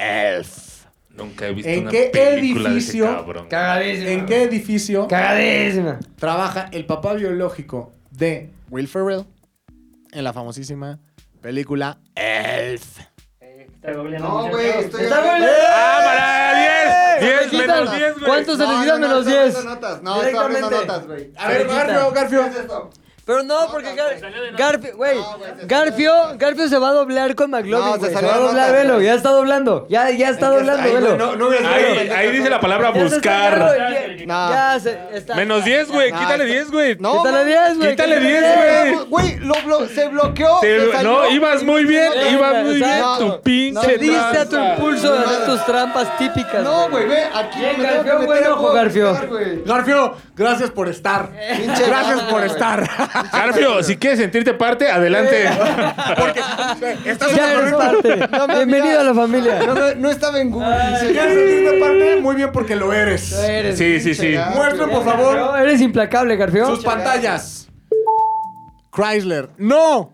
[SPEAKER 4] Elf?
[SPEAKER 3] Nunca he visto
[SPEAKER 4] ¿En
[SPEAKER 3] una
[SPEAKER 4] qué
[SPEAKER 3] película
[SPEAKER 4] edificio?
[SPEAKER 3] de ese cabrón.
[SPEAKER 2] Cagadísima.
[SPEAKER 4] ¿En qué edificio
[SPEAKER 2] Cagadísima.
[SPEAKER 4] trabaja el papá biológico de Will Ferrell en la famosísima película Elf?
[SPEAKER 5] No, güey, estoy.
[SPEAKER 2] Está bien.
[SPEAKER 5] Eh.
[SPEAKER 3] ¡Cámara!
[SPEAKER 2] Se
[SPEAKER 3] ¡10!
[SPEAKER 2] le
[SPEAKER 3] ¡10 menos
[SPEAKER 2] quitan.
[SPEAKER 3] 10, güey!
[SPEAKER 2] ¿Cuántos se les quitan menos
[SPEAKER 5] estoy abriendo
[SPEAKER 2] 10?
[SPEAKER 5] notas, No, estoy abriendo
[SPEAKER 2] Directamente.
[SPEAKER 5] notas, güey.
[SPEAKER 4] A ver,
[SPEAKER 2] Cerquita.
[SPEAKER 4] Garfio, Garfio.
[SPEAKER 5] ¿Qué es esto?
[SPEAKER 1] Pero no, porque Gar- Garfio, güey, Garfio, Garfio se va a doblar con
[SPEAKER 5] No,
[SPEAKER 1] McLovin,
[SPEAKER 5] se
[SPEAKER 1] güey. Se
[SPEAKER 5] salió
[SPEAKER 1] va a
[SPEAKER 5] la
[SPEAKER 1] doblar,
[SPEAKER 5] nota.
[SPEAKER 1] velo, ya está doblando. Ya, ya está doblando,
[SPEAKER 5] Ay,
[SPEAKER 1] velo.
[SPEAKER 5] güey, no, no hubieras visto,
[SPEAKER 3] Ahí,
[SPEAKER 5] pendejo,
[SPEAKER 3] ahí dice
[SPEAKER 5] no.
[SPEAKER 3] la palabra
[SPEAKER 1] Ya se está
[SPEAKER 3] buscar.
[SPEAKER 1] agarrando, ya-
[SPEAKER 5] No.
[SPEAKER 1] ya se- está-
[SPEAKER 3] Menos 10, güey.
[SPEAKER 5] No,
[SPEAKER 3] Quítale
[SPEAKER 5] está-
[SPEAKER 3] 10, güey.
[SPEAKER 5] No,
[SPEAKER 1] Quítale 10, güey.
[SPEAKER 3] Quítale 10,
[SPEAKER 5] güey.
[SPEAKER 3] güey.
[SPEAKER 5] Güey, lo blo- se bloqueó.
[SPEAKER 3] Te-
[SPEAKER 5] se salió.
[SPEAKER 3] no, ibas muy bien,
[SPEAKER 1] Eh,
[SPEAKER 3] ibas muy bien.
[SPEAKER 1] exacto.
[SPEAKER 3] Tu pinche.
[SPEAKER 1] Cediste a tu
[SPEAKER 3] tranza.
[SPEAKER 1] impulso de hacer tus trampas típicas.
[SPEAKER 5] No, güey, ve, aquí
[SPEAKER 1] Bien,
[SPEAKER 5] me tengo
[SPEAKER 1] Garfio,
[SPEAKER 5] que meter
[SPEAKER 1] buen
[SPEAKER 5] a
[SPEAKER 1] ojo,
[SPEAKER 5] juego,
[SPEAKER 1] Garfio.
[SPEAKER 5] güey.
[SPEAKER 4] Garfio, gracias por estar.
[SPEAKER 5] Pinche
[SPEAKER 4] Gracias
[SPEAKER 5] Garfio,
[SPEAKER 4] por
[SPEAKER 5] güey.
[SPEAKER 4] estar.
[SPEAKER 3] Garfio, si quieres sentirte parte, adelante.
[SPEAKER 4] Porque estás en
[SPEAKER 1] Ya
[SPEAKER 4] el
[SPEAKER 1] eres
[SPEAKER 4] correcto.
[SPEAKER 1] parte.
[SPEAKER 5] No, mira.
[SPEAKER 1] Bienvenido a la familia.
[SPEAKER 5] No, no, no estaba en Google.
[SPEAKER 4] Si quieres sentirte parte, muy bien porque lo eres.
[SPEAKER 1] Eres-
[SPEAKER 3] Sí, sí, sí.
[SPEAKER 5] Garfio.
[SPEAKER 4] Muestren, por favor,
[SPEAKER 1] No, Eres implacable, Garfio.
[SPEAKER 4] sus pantallas. Chrysler, no.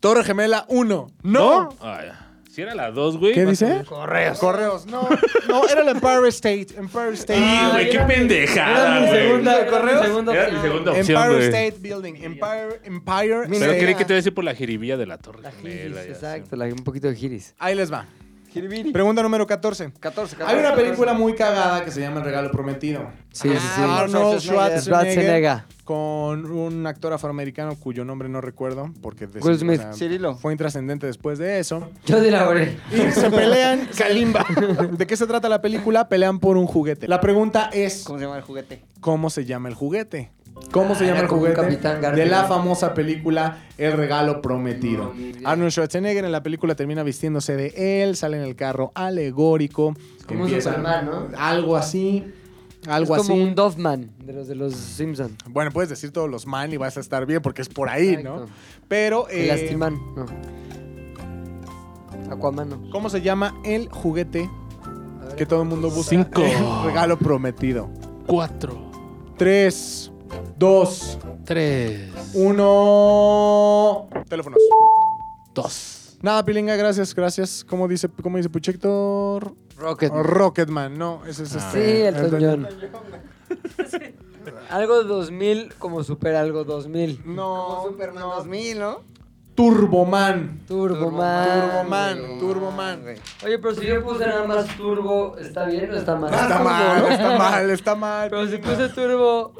[SPEAKER 4] Torre Gemela, 1. No.
[SPEAKER 3] ¿No? Ay, Si era la 2, güey.
[SPEAKER 4] ¿Qué
[SPEAKER 3] vas a
[SPEAKER 4] dice?
[SPEAKER 3] ver.
[SPEAKER 4] Correos. Correos, no. No, era el Empire State. Empire State.
[SPEAKER 3] Sí, Ah, güey, qué
[SPEAKER 1] Era
[SPEAKER 3] pendejada,
[SPEAKER 1] mi
[SPEAKER 3] güey.
[SPEAKER 1] segunda,
[SPEAKER 4] ¿De correos?
[SPEAKER 1] mi segunda
[SPEAKER 3] Era mi
[SPEAKER 1] opción.
[SPEAKER 3] segunda opción,
[SPEAKER 4] Empire
[SPEAKER 3] güey.
[SPEAKER 4] State Building. Empire, Empire
[SPEAKER 3] Pero
[SPEAKER 4] State.
[SPEAKER 3] creí que te iba a decir por la jiribilla de la torre.
[SPEAKER 1] La
[SPEAKER 3] Gemela,
[SPEAKER 1] giris,
[SPEAKER 3] ya, sí.
[SPEAKER 1] exacto, la- un poquito de giris.
[SPEAKER 4] Ahí les va.
[SPEAKER 5] Jiribiri.
[SPEAKER 4] Pregunta número 14.
[SPEAKER 5] 14, 14.
[SPEAKER 4] Hay una película muy cagada que se llama El regalo prometido.
[SPEAKER 1] Sí, sí, sí.
[SPEAKER 5] Ah,
[SPEAKER 4] Arnold
[SPEAKER 5] Schwarzenegger.
[SPEAKER 1] Schwarzenegger.
[SPEAKER 4] Schwarzenegger con un actor afroamericano cuyo nombre no recuerdo porque de-
[SPEAKER 1] Will Smith.
[SPEAKER 5] Cirilo.
[SPEAKER 4] fue intrascendente después de eso.
[SPEAKER 1] Yo de la oré.
[SPEAKER 4] Y se pelean. Kalimba. ¿De qué se trata la película? Pelean por un juguete. La pregunta es
[SPEAKER 5] ¿Cómo se llama el juguete?
[SPEAKER 4] cómo se llama el juguete. ¿Cómo se
[SPEAKER 1] Ah,
[SPEAKER 4] llama
[SPEAKER 1] era
[SPEAKER 4] el
[SPEAKER 1] como un
[SPEAKER 4] juguete
[SPEAKER 1] Capitán Garfio.
[SPEAKER 4] de la famosa película El regalo prometido?
[SPEAKER 1] No, mi vida.
[SPEAKER 4] Arnold Schwarzenegger en la película termina vistiéndose de él, sale en el carro alegórico,
[SPEAKER 1] Como Superman, ¿no?
[SPEAKER 4] algo así, algo
[SPEAKER 1] es como
[SPEAKER 4] así.
[SPEAKER 1] un Doffman de los de los Simpsons.
[SPEAKER 4] Bueno, puedes decir todos los man y vas a estar bien porque es por ahí, ¿no?
[SPEAKER 1] Exacto.
[SPEAKER 4] Pero eh,
[SPEAKER 1] Lastiman, no. Aquaman, no.
[SPEAKER 4] ¿cómo se llama el juguete que todo el mundo busca?
[SPEAKER 3] Cinco.
[SPEAKER 4] El regalo prometido.
[SPEAKER 3] 4,
[SPEAKER 4] Tres, dos,
[SPEAKER 3] 3,
[SPEAKER 4] uno. Teléfonos.
[SPEAKER 3] 2.
[SPEAKER 4] Nada, Pilinga, gracias, gracias. ¿Cómo dice, cómo dice Puchector?
[SPEAKER 1] Rocket.
[SPEAKER 4] Rocketman, no, ese
[SPEAKER 3] Ah.
[SPEAKER 4] es
[SPEAKER 1] sí,
[SPEAKER 4] este.
[SPEAKER 1] el John. algo 2000 como super algo 2000.
[SPEAKER 4] No,
[SPEAKER 5] Superman 2000, ¿no?
[SPEAKER 4] Turboman.
[SPEAKER 1] Turboman.
[SPEAKER 4] Turboman, Turboman.
[SPEAKER 5] güey.
[SPEAKER 1] Oye, pero si yo puse nada más turbo, ¿está bien o está mal?
[SPEAKER 4] Está mal, está mal, está mal.
[SPEAKER 1] Pero si puse turbo,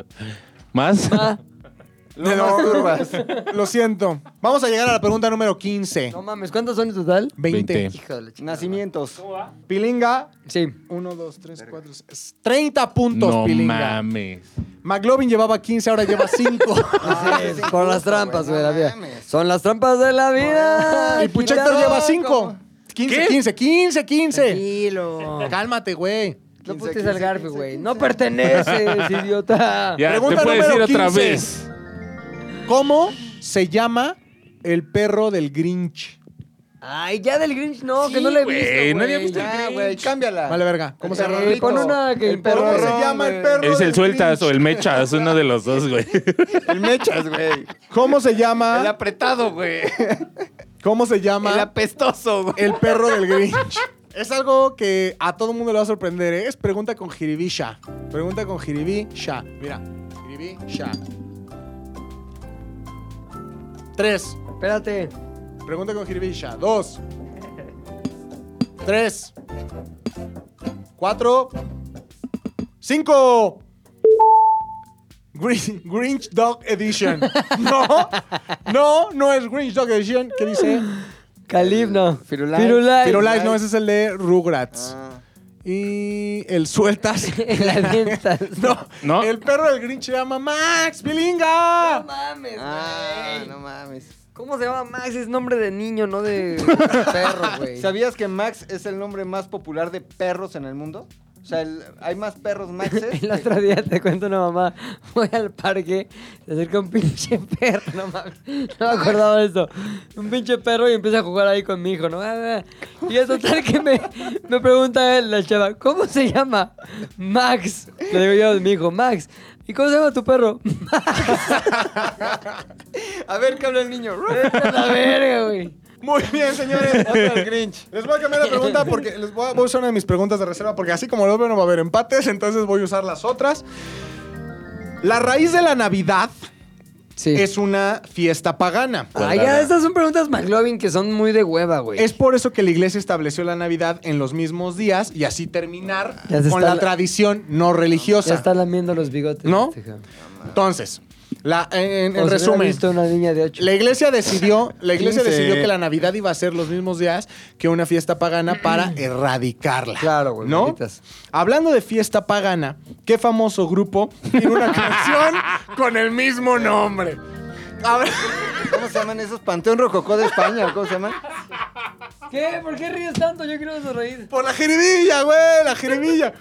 [SPEAKER 3] ¿Más?
[SPEAKER 1] ah,
[SPEAKER 4] No, Lo siento. Vamos a llegar a la pregunta número 15.
[SPEAKER 1] no mames, ¿cuántos son en total?
[SPEAKER 4] 20.
[SPEAKER 3] Veinte.
[SPEAKER 1] Hijo de la chingada.
[SPEAKER 5] Nacimientos.
[SPEAKER 4] Pilinga.
[SPEAKER 1] Sí.
[SPEAKER 4] 1, 2, 3, 4, 30 puntos,
[SPEAKER 3] No
[SPEAKER 4] Pilinga.
[SPEAKER 3] mames.
[SPEAKER 4] McLovin llevaba 15, ahora lleva 5.
[SPEAKER 5] sí,
[SPEAKER 1] Por las
[SPEAKER 5] justo,
[SPEAKER 1] trampas, güey,
[SPEAKER 5] güey, no
[SPEAKER 1] la vida.
[SPEAKER 5] mames.
[SPEAKER 1] Son las trampas de la vida.
[SPEAKER 4] y Puchector
[SPEAKER 1] Quitado.
[SPEAKER 4] lleva 5. 15, 15, 15, 15.
[SPEAKER 1] Tranquilo.
[SPEAKER 4] Cálmate, güey.
[SPEAKER 1] No putes al Garfio, güey. No perteneces, idiota.
[SPEAKER 3] Ya,
[SPEAKER 4] Pregunta
[SPEAKER 3] te puedes ir
[SPEAKER 4] número
[SPEAKER 3] otra
[SPEAKER 4] 15.
[SPEAKER 3] vez.
[SPEAKER 4] ¿Cómo se llama el perro del Grinch?
[SPEAKER 1] Ay, ya del Grinch no, que
[SPEAKER 3] Sí,
[SPEAKER 1] no le he
[SPEAKER 3] güey,
[SPEAKER 1] visto. güey.
[SPEAKER 3] nadie ha visto
[SPEAKER 1] Ya.
[SPEAKER 5] Ya, güey, cámbiala.
[SPEAKER 4] Vale, verga. ¿Cómo se
[SPEAKER 1] Eh,
[SPEAKER 4] llama?
[SPEAKER 1] pon una que
[SPEAKER 5] El perro.
[SPEAKER 4] ¿Cómo se
[SPEAKER 5] Perrón,
[SPEAKER 4] llama el
[SPEAKER 5] güey.
[SPEAKER 4] perro?
[SPEAKER 3] Es el
[SPEAKER 4] del
[SPEAKER 3] sueltas o
[SPEAKER 4] Grinch?
[SPEAKER 3] el mechas, uno de los dos, güey.
[SPEAKER 5] El mechas, güey.
[SPEAKER 4] ¿Cómo se
[SPEAKER 5] El
[SPEAKER 4] llama?
[SPEAKER 5] apretado, güey.
[SPEAKER 4] ¿Cómo se llama?
[SPEAKER 5] El apestoso, güey.
[SPEAKER 4] El perro del Grinch. Es algo que a todo mundo le va a sorprender, ¿eh? Es pregunta con jiribisha. Pregunta con jiribisha. Mira, jiribisha. Tres.
[SPEAKER 1] Espérate.
[SPEAKER 4] Pregunta con jiribisha. Dos. Tres. Cuatro. Cinco. Grinch, Grinch Dog Edition. No, no, no es Grinch Dog Edition. ¿Qué dice?
[SPEAKER 1] Calib, no.
[SPEAKER 5] Firulais.
[SPEAKER 1] Firulais.
[SPEAKER 4] Firulais, no, ese es el de Rugrats.
[SPEAKER 5] Ah.
[SPEAKER 4] Y el sueltas.
[SPEAKER 1] La avientas.
[SPEAKER 4] no,
[SPEAKER 3] No.
[SPEAKER 4] el perro del Grinch se llama Max Pilinga.
[SPEAKER 1] No mames,
[SPEAKER 5] Ah,
[SPEAKER 1] güey.
[SPEAKER 5] no mames.
[SPEAKER 1] ¿Cómo se llama Max? Es nombre de niño, no de perro, güey.
[SPEAKER 5] ¿Sabías que Max es el nombre más popular de perros en el mundo? O sea, el- hay más perros Maxes.
[SPEAKER 1] El
[SPEAKER 5] que-
[SPEAKER 1] otro día te cuento una mamá, voy al parque, se acerca un pinche perro, no mames, no me acordaba de eso. Un pinche perro y empieza a jugar ahí con mi hijo, ¿no? Ah, ah. Y es total que me, me pregunta él, la chava, ¿cómo se llama? Max. Le digo yo a mi hijo, Max. ¿Y cómo se llama tu perro?
[SPEAKER 5] A ver, ¿qué habla el niño?
[SPEAKER 1] la verga, güey.
[SPEAKER 4] Muy bien, señores.
[SPEAKER 5] Otro el Grinch.
[SPEAKER 4] Les voy a cambiar la pregunta porque les voy a, voy a usar una de mis preguntas de reserva porque así como lo veo no va a haber empates, entonces voy a usar las otras. La raíz de la Navidad
[SPEAKER 1] Sí.
[SPEAKER 4] es una fiesta pagana.
[SPEAKER 1] Ah, ya, estas son preguntas McLovin que son muy de hueva, güey.
[SPEAKER 4] Es por eso que la iglesia estableció la Navidad en los mismos días y así terminar
[SPEAKER 1] Ya se
[SPEAKER 4] con
[SPEAKER 1] está
[SPEAKER 4] la
[SPEAKER 1] la-
[SPEAKER 4] tradición no
[SPEAKER 1] Ya
[SPEAKER 4] religiosa.
[SPEAKER 1] está lamiendo los bigotes.
[SPEAKER 4] ¿No?
[SPEAKER 1] este, ja.
[SPEAKER 4] Entonces, La, en en
[SPEAKER 2] O sea, ¿no
[SPEAKER 4] resumen,
[SPEAKER 2] has visto una niña de ocho?
[SPEAKER 4] la iglesia decidió, la iglesia
[SPEAKER 3] 15.
[SPEAKER 4] decidió que la Navidad iba a ser los mismos días que una fiesta pagana para erradicarla.
[SPEAKER 2] Claro, güey,
[SPEAKER 4] ¿No?
[SPEAKER 2] malditas.
[SPEAKER 4] Hablando de fiesta pagana, qué famoso grupo tiene una canción con el mismo nombre. Habla-
[SPEAKER 5] ¿Cómo se llaman esos? Panteón Rococó de España, ¿cómo se llaman?
[SPEAKER 1] ¿Qué? ¿Por qué ríes tanto? Yo quiero sonreír.
[SPEAKER 4] Por la jeribilla, güey, la jeribilla.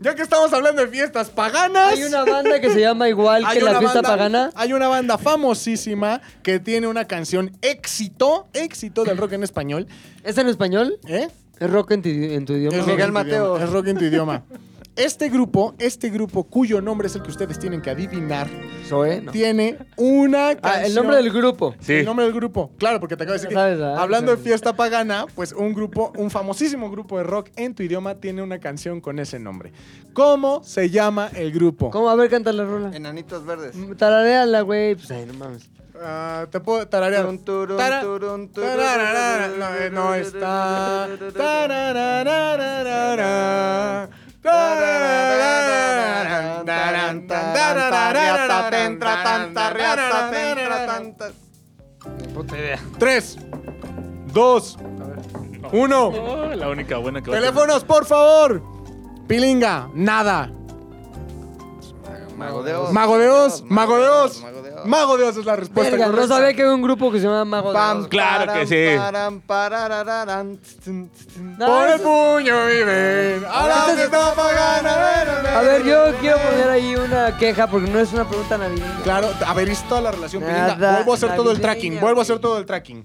[SPEAKER 4] Ya que estamos hablando de fiestas paganas.
[SPEAKER 1] Hay una banda que se llama igual
[SPEAKER 4] hay
[SPEAKER 1] que la
[SPEAKER 4] una
[SPEAKER 1] fiesta
[SPEAKER 4] banda-
[SPEAKER 1] pagana.
[SPEAKER 4] Hay una banda famosísima que tiene una canción éxito, éxito del rock en español.
[SPEAKER 1] ¿Es en español?
[SPEAKER 4] ¿Eh?
[SPEAKER 1] ¿Es rock en tu, en tu idioma?
[SPEAKER 4] Es
[SPEAKER 5] Miguel
[SPEAKER 4] rock en tu
[SPEAKER 5] Mateos.
[SPEAKER 4] idioma, Es rock en tu idioma. Este grupo, este grupo cuyo nombre es el que ustedes tienen que adivinar,
[SPEAKER 2] Zoe, no.
[SPEAKER 4] tiene una canción.
[SPEAKER 1] Ah, el nombre del grupo.
[SPEAKER 3] Sí.
[SPEAKER 4] El nombre del grupo. Claro, porque te acabo de decir que
[SPEAKER 1] Sabes, ¿verdad?
[SPEAKER 4] hablando de fiesta pagana, pues un grupo, un famosísimo grupo de rock en tu idioma tiene una canción con ese nombre. ¿Cómo se llama el grupo?
[SPEAKER 1] ¿Cómo? A ver, canta la rola.
[SPEAKER 5] Enanitos verdes.
[SPEAKER 1] Tarareala, güey. Pues, ay, no mames.
[SPEAKER 4] Ah, te puedo tararear.
[SPEAKER 5] Turun, turun,
[SPEAKER 4] Tara-
[SPEAKER 5] turun, turun.
[SPEAKER 4] tararara. No, eh, no está. Tarararararara. Tarararararara. Taran, tan, tararararara. Tres, dos, uno.
[SPEAKER 3] Oh, la única buena que va a tener.
[SPEAKER 4] Teléfonos, por favor. Pilinga, nada.
[SPEAKER 5] Mago de Oz.
[SPEAKER 4] Mago de Oz, Mago de Oz.
[SPEAKER 5] Mago de Oz.
[SPEAKER 4] Mago de Oz es la respuesta.
[SPEAKER 1] Verga, no
[SPEAKER 4] correcta.
[SPEAKER 1] sabía que había un grupo que se llama Mago de
[SPEAKER 5] Pam,
[SPEAKER 1] Oz.
[SPEAKER 3] Claro que sí.
[SPEAKER 5] param, pararararán, tss, tss, tss.
[SPEAKER 1] No,
[SPEAKER 4] Por el
[SPEAKER 1] es-
[SPEAKER 4] puño viven. A la
[SPEAKER 1] Este es-
[SPEAKER 4] fiesta pagana.
[SPEAKER 1] A ver, yo quiero poner ahí una queja porque no es una pregunta navideña.
[SPEAKER 4] Claro, a ver, es toda la relación.
[SPEAKER 1] Nada
[SPEAKER 4] Pilinga. Vuelvo a hacer todo el
[SPEAKER 1] navideña,
[SPEAKER 4] tracking. Vuelvo a hacer
[SPEAKER 1] güey.
[SPEAKER 4] todo el tracking.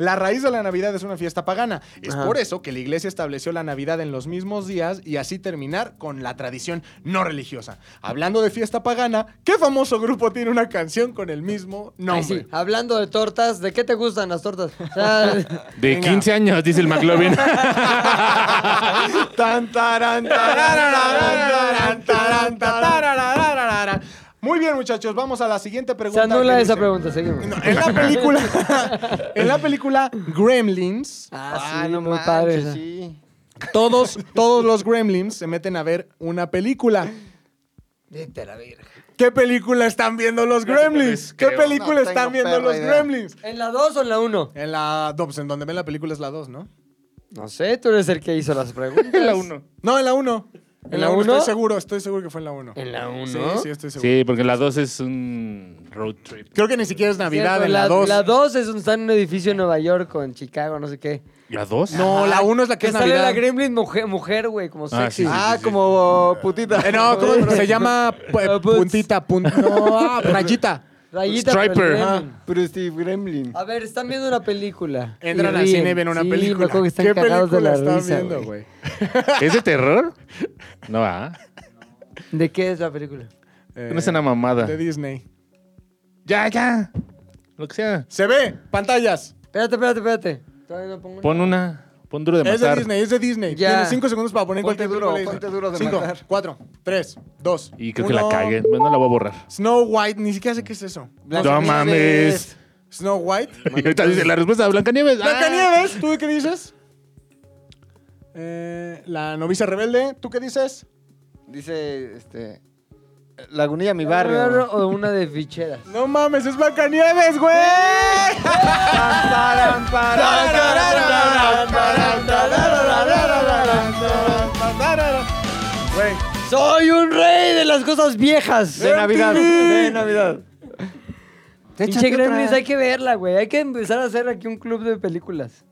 [SPEAKER 4] La raíz de la Navidad es una fiesta pagana. Es por eso que la iglesia estableció la Navidad en los mismos días y así terminar con la tradición no religiosa. Hablando de fiesta pagana, ¿qué famoso grupo tiene una canción con el mismo
[SPEAKER 1] Ay,
[SPEAKER 4] nombre?
[SPEAKER 1] sí. Hablando de tortas, ¿de qué te gustan las tortas? O sea,
[SPEAKER 3] De 15 años, dice el McLovin.
[SPEAKER 4] Tan, taran, tarararararán, taran, tarararararán. Muy bien, muchachos, vamos a la siguiente
[SPEAKER 1] se
[SPEAKER 4] pregunta.
[SPEAKER 1] anula
[SPEAKER 4] que
[SPEAKER 1] esa
[SPEAKER 4] dice-
[SPEAKER 1] pregunta, seguimos.
[SPEAKER 4] No, en la película, en la película Gremlins,
[SPEAKER 1] Ah, sí,
[SPEAKER 5] no
[SPEAKER 1] muy
[SPEAKER 5] manches,
[SPEAKER 1] padre. esa.
[SPEAKER 5] sí.
[SPEAKER 4] todos, todos los Gremlins se meten a ver una película.
[SPEAKER 1] Vete a la verga.
[SPEAKER 4] ¿Qué película están viendo los Gremlins? ¿Qué
[SPEAKER 3] creo.
[SPEAKER 4] película
[SPEAKER 5] No tengo
[SPEAKER 4] están viendo
[SPEAKER 5] perra
[SPEAKER 4] los
[SPEAKER 5] idea.
[SPEAKER 4] Gremlins?
[SPEAKER 1] ¿En la 2 o en la 1?
[SPEAKER 4] En la no, pues en donde ven la película es la 2, ¿no?
[SPEAKER 1] No sé, tú eres el que hizo las preguntas.
[SPEAKER 3] la 1.
[SPEAKER 4] No, en la 1.
[SPEAKER 1] ¿En
[SPEAKER 4] En
[SPEAKER 1] la
[SPEAKER 4] la 1
[SPEAKER 1] uno?
[SPEAKER 4] estoy seguro, estoy seguro que fue en la 1.
[SPEAKER 1] ¿En la 1?
[SPEAKER 4] Sí, sí, estoy seguro.
[SPEAKER 3] Sí, porque la 2 es un road trip.
[SPEAKER 4] Creo que ni siquiera es Navidad
[SPEAKER 1] Cierto,
[SPEAKER 4] en la 2.
[SPEAKER 1] La 2 es donde están en un edificio en Nueva York o en Chicago, no sé qué.
[SPEAKER 3] ¿La 2?
[SPEAKER 4] No, la 1 Ah, es la que, es
[SPEAKER 1] sale
[SPEAKER 4] Navidad.
[SPEAKER 1] la Gremlin mujer, mujer, güey, como
[SPEAKER 3] Ah,
[SPEAKER 1] sexy.
[SPEAKER 3] sí, sí,
[SPEAKER 5] Ah,
[SPEAKER 3] sí.
[SPEAKER 5] como putita.
[SPEAKER 4] Eh, no, ¿cómo se llama? Pu-
[SPEAKER 1] Ah, pues.
[SPEAKER 4] puntita, puntita. No, ah, rayita.
[SPEAKER 1] Rayita pero el
[SPEAKER 3] Striper.
[SPEAKER 1] Gremlin.
[SPEAKER 5] Pero Steve Gremlin.
[SPEAKER 1] A ver, están viendo una película. y
[SPEAKER 4] Entran al
[SPEAKER 1] ríen.
[SPEAKER 4] cine, ven una
[SPEAKER 1] Sí,
[SPEAKER 4] película.
[SPEAKER 1] loco, que están
[SPEAKER 4] ¿Qué
[SPEAKER 1] cagados de
[SPEAKER 4] película
[SPEAKER 1] la
[SPEAKER 4] están
[SPEAKER 1] risa,
[SPEAKER 4] viendo,
[SPEAKER 1] güey.
[SPEAKER 4] güey?
[SPEAKER 3] ¿Es de terror? No, ah.
[SPEAKER 1] ¿De qué es la película?
[SPEAKER 4] Eh,
[SPEAKER 3] No es una mamada.
[SPEAKER 4] De Disney.
[SPEAKER 3] Ya, ya. Lo que sea.
[SPEAKER 4] Se ve, pantallas.
[SPEAKER 1] Espérate, espérate, espérate. Todavía no pongo
[SPEAKER 3] Pon una. Pon duro de
[SPEAKER 4] Es de
[SPEAKER 3] matar.
[SPEAKER 4] Disney, es de Disney.
[SPEAKER 1] Ya.
[SPEAKER 4] Tienes cinco segundos para poner
[SPEAKER 5] Ponte
[SPEAKER 4] cualquier
[SPEAKER 5] duro,
[SPEAKER 4] película
[SPEAKER 5] ponte
[SPEAKER 4] Disney.
[SPEAKER 5] duro de
[SPEAKER 4] Cinco,
[SPEAKER 5] matar.
[SPEAKER 4] cuatro, tres, dos.
[SPEAKER 3] Y creo que la
[SPEAKER 4] uno.
[SPEAKER 3] cagué. Bueno, no la voy a borrar.
[SPEAKER 4] Snow White, ni siquiera sé qué es eso.
[SPEAKER 3] No mames.
[SPEAKER 4] Snow White.
[SPEAKER 3] Y ahorita dice la respuesta de Blancanieves. Ah,
[SPEAKER 4] Blancanieves, ¿tú qué dices? Eh, la novicia rebelde, ¿tú qué dices?
[SPEAKER 5] Dice, este... Lagunilla, mi
[SPEAKER 1] Barrio.
[SPEAKER 5] barrio.
[SPEAKER 1] o una de ficheras.
[SPEAKER 4] No mames, es Blancanieves, güey. Güey,
[SPEAKER 1] ¡Soy un rey de las cosas viejas!
[SPEAKER 5] De Navidad. De Navidad.
[SPEAKER 1] Pinche Gremlins, hay que verla, güey. Hay que empezar a hacer aquí un club de películas.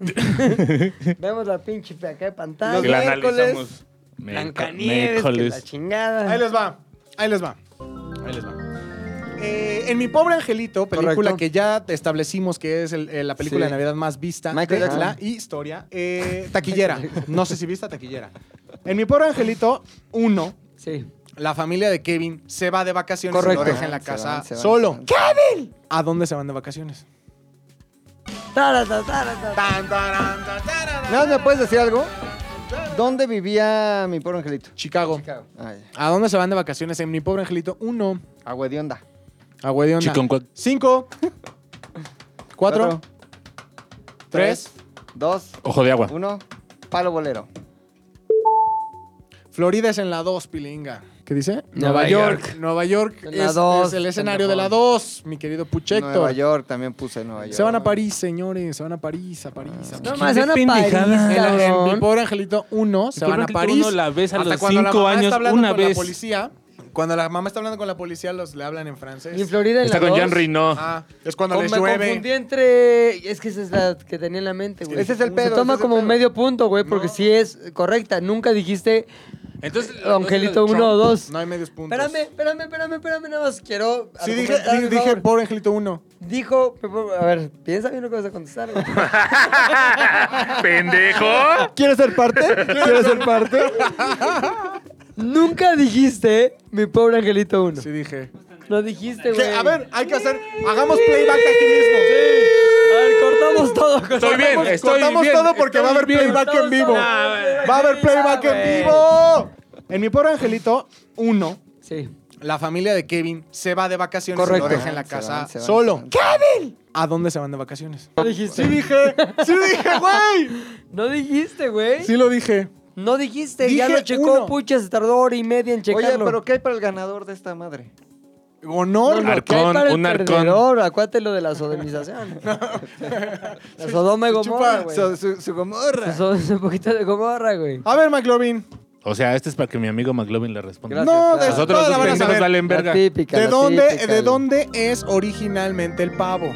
[SPEAKER 1] Vemos la pinche pe- acá de pantalla.
[SPEAKER 3] Que la
[SPEAKER 1] miércoles,
[SPEAKER 3] analizamos.
[SPEAKER 1] Blancanieves, que la
[SPEAKER 3] Miércoles.
[SPEAKER 1] chingada.
[SPEAKER 4] Ahí les va, ahí les va, ahí les va. Eh, en Mi Pobre Angelito, película
[SPEAKER 1] Correcto.
[SPEAKER 4] que ya establecimos que es el- eh, la película
[SPEAKER 5] Sí.
[SPEAKER 4] de Navidad más vista
[SPEAKER 5] Michael
[SPEAKER 4] de
[SPEAKER 5] Jackson.
[SPEAKER 4] la historia, eh, taquillera. No sé si vista taquillera. En Mi Pobre Angelito, uno,
[SPEAKER 1] Sí.
[SPEAKER 4] la familia de Kevin se va de vacaciones
[SPEAKER 1] Correcto.
[SPEAKER 4] y lo deja en la
[SPEAKER 5] Se
[SPEAKER 4] casa
[SPEAKER 5] van, se van,
[SPEAKER 4] solo.
[SPEAKER 5] se van.
[SPEAKER 4] ¡Kevin! ¿A dónde se van de vacaciones?
[SPEAKER 1] Tarata, tarata.
[SPEAKER 4] Tan, taran, tan, taran.
[SPEAKER 5] Nada, más, ¿me puedes decir algo? ¿Dónde vivía mi pobre angelito?
[SPEAKER 4] Chicago.
[SPEAKER 5] Ay,
[SPEAKER 4] ¿A dónde se van de vacaciones en Mi Pobre Angelito? Uno,
[SPEAKER 5] agua de onda.
[SPEAKER 4] a de onda.
[SPEAKER 3] Chico en cua-
[SPEAKER 4] Cinco, cuatro, tres.
[SPEAKER 5] Dos.
[SPEAKER 3] Ojo de agua.
[SPEAKER 5] Uno. Palo bolero.
[SPEAKER 4] Florida es en la 2, pilinga. ¿Qué dice?
[SPEAKER 2] Nueva York.
[SPEAKER 4] Nueva York
[SPEAKER 2] La
[SPEAKER 4] es,
[SPEAKER 2] dos,
[SPEAKER 4] es el
[SPEAKER 2] está
[SPEAKER 4] escenario de
[SPEAKER 2] mejor.
[SPEAKER 4] la 2, mi querido Puchector.
[SPEAKER 5] Nueva York, también puse Nueva York.
[SPEAKER 4] Se van a París, señores. Se van a París, a París, a
[SPEAKER 2] No
[SPEAKER 4] París.
[SPEAKER 2] más, se van a París,
[SPEAKER 3] pendejada.
[SPEAKER 4] En la- en mi
[SPEAKER 2] cabrón.
[SPEAKER 4] pobre angelito 1 se
[SPEAKER 3] Por
[SPEAKER 4] van a
[SPEAKER 3] ejemplo,
[SPEAKER 4] París.
[SPEAKER 3] Uno la ves a
[SPEAKER 4] Hasta
[SPEAKER 3] los
[SPEAKER 4] cuando la
[SPEAKER 3] cinco
[SPEAKER 4] mamá está
[SPEAKER 3] años,
[SPEAKER 4] hablando
[SPEAKER 3] una
[SPEAKER 4] con la
[SPEAKER 3] vez.
[SPEAKER 4] policía, cuando la mamá está hablando con la policía, los le hablan en francés.
[SPEAKER 2] Y en Florida en
[SPEAKER 3] Está
[SPEAKER 2] la
[SPEAKER 3] con Jean
[SPEAKER 2] dos,
[SPEAKER 3] Reno.
[SPEAKER 4] Ah, es cuando
[SPEAKER 3] Oh,
[SPEAKER 2] o
[SPEAKER 4] les
[SPEAKER 2] me confundí
[SPEAKER 4] llueve.
[SPEAKER 2] entre... Es que esa es la que tenía en la mente, güey.
[SPEAKER 5] Ese es el
[SPEAKER 2] Se
[SPEAKER 5] pedo, ese
[SPEAKER 2] toma
[SPEAKER 5] es el
[SPEAKER 2] como
[SPEAKER 5] pedo.
[SPEAKER 2] medio punto, güey, porque sí es correcta. Nunca dijiste
[SPEAKER 3] Entonces,
[SPEAKER 2] Angelito
[SPEAKER 3] entonces,
[SPEAKER 2] 1 o 2.
[SPEAKER 4] No hay medios puntos.
[SPEAKER 2] Espérame, espérame, espérame, espérame, nada más quiero
[SPEAKER 4] Sí, dije,
[SPEAKER 2] argumentar,
[SPEAKER 4] di-
[SPEAKER 2] por
[SPEAKER 4] dije
[SPEAKER 2] favor.
[SPEAKER 4] pobre angelito 1.
[SPEAKER 2] Dijo, a ver, piensa bien lo que vas a contestar, güey.
[SPEAKER 3] ¡Pendejo!
[SPEAKER 2] ¿Quieres ser parte? ¿Quieres ser parte? Nunca dijiste mi pobre angelito 1.
[SPEAKER 4] Sí dije.
[SPEAKER 2] No dijiste,
[SPEAKER 4] Que,
[SPEAKER 2] güey.
[SPEAKER 4] a ver, hay que hacer. Hagamos playback aquí mismo.
[SPEAKER 2] A ver, cortamos todo.
[SPEAKER 3] Estoy bien,
[SPEAKER 4] Cortamos-
[SPEAKER 3] estoy
[SPEAKER 4] cortamos
[SPEAKER 3] bien.
[SPEAKER 4] todo porque va a haber
[SPEAKER 3] estoy bien.
[SPEAKER 4] playback en vivo.
[SPEAKER 3] No, güey.
[SPEAKER 4] Va a haber playback en vivo. En mi pobre angelito 1,
[SPEAKER 2] Sí.
[SPEAKER 4] la familia de Kevin se va de vacaciones
[SPEAKER 2] Correcto.
[SPEAKER 4] y lo deja en la
[SPEAKER 5] Se van,
[SPEAKER 4] casa
[SPEAKER 5] se van,
[SPEAKER 4] solo.
[SPEAKER 5] se van.
[SPEAKER 4] ¡Kevin! ¿A dónde se van de vacaciones?
[SPEAKER 2] No dijiste.
[SPEAKER 4] Sí dije, sí dije, güey.
[SPEAKER 2] No dijiste, güey.
[SPEAKER 4] Sí lo dije.
[SPEAKER 2] No dijiste. ya
[SPEAKER 4] Dije
[SPEAKER 2] lo checó,
[SPEAKER 4] uno.
[SPEAKER 2] pucha, se tardó hora y media en checarlo.
[SPEAKER 5] Oye, pero ¿qué hay para el ganador de esta madre?
[SPEAKER 3] no.
[SPEAKER 4] Honor.
[SPEAKER 2] ¿qué hay
[SPEAKER 3] Arcón,
[SPEAKER 2] para el
[SPEAKER 3] un arcón.
[SPEAKER 2] perdedor? Acuérdate lo de la sodomización. La sodoma y
[SPEAKER 4] Se
[SPEAKER 2] gomorra,
[SPEAKER 4] chupa,
[SPEAKER 1] Pues.
[SPEAKER 2] güey.
[SPEAKER 5] Su, su- su gomorra.
[SPEAKER 2] Eso es un poquito de gomorra, güey.
[SPEAKER 4] A ver, McLovin.
[SPEAKER 3] O sea, este es para que mi amigo McLovin le responda.
[SPEAKER 2] Gracias,
[SPEAKER 4] no, de
[SPEAKER 2] gracias.
[SPEAKER 3] Nosotros
[SPEAKER 4] todas la
[SPEAKER 3] los
[SPEAKER 4] van a
[SPEAKER 3] pendejos
[SPEAKER 4] saber.
[SPEAKER 3] valen
[SPEAKER 2] La
[SPEAKER 3] verga.
[SPEAKER 2] típica,
[SPEAKER 4] ¿De
[SPEAKER 2] la
[SPEAKER 4] dónde, eh,
[SPEAKER 2] típica,
[SPEAKER 4] ¿De
[SPEAKER 2] güey.
[SPEAKER 4] dónde es originalmente el pavo?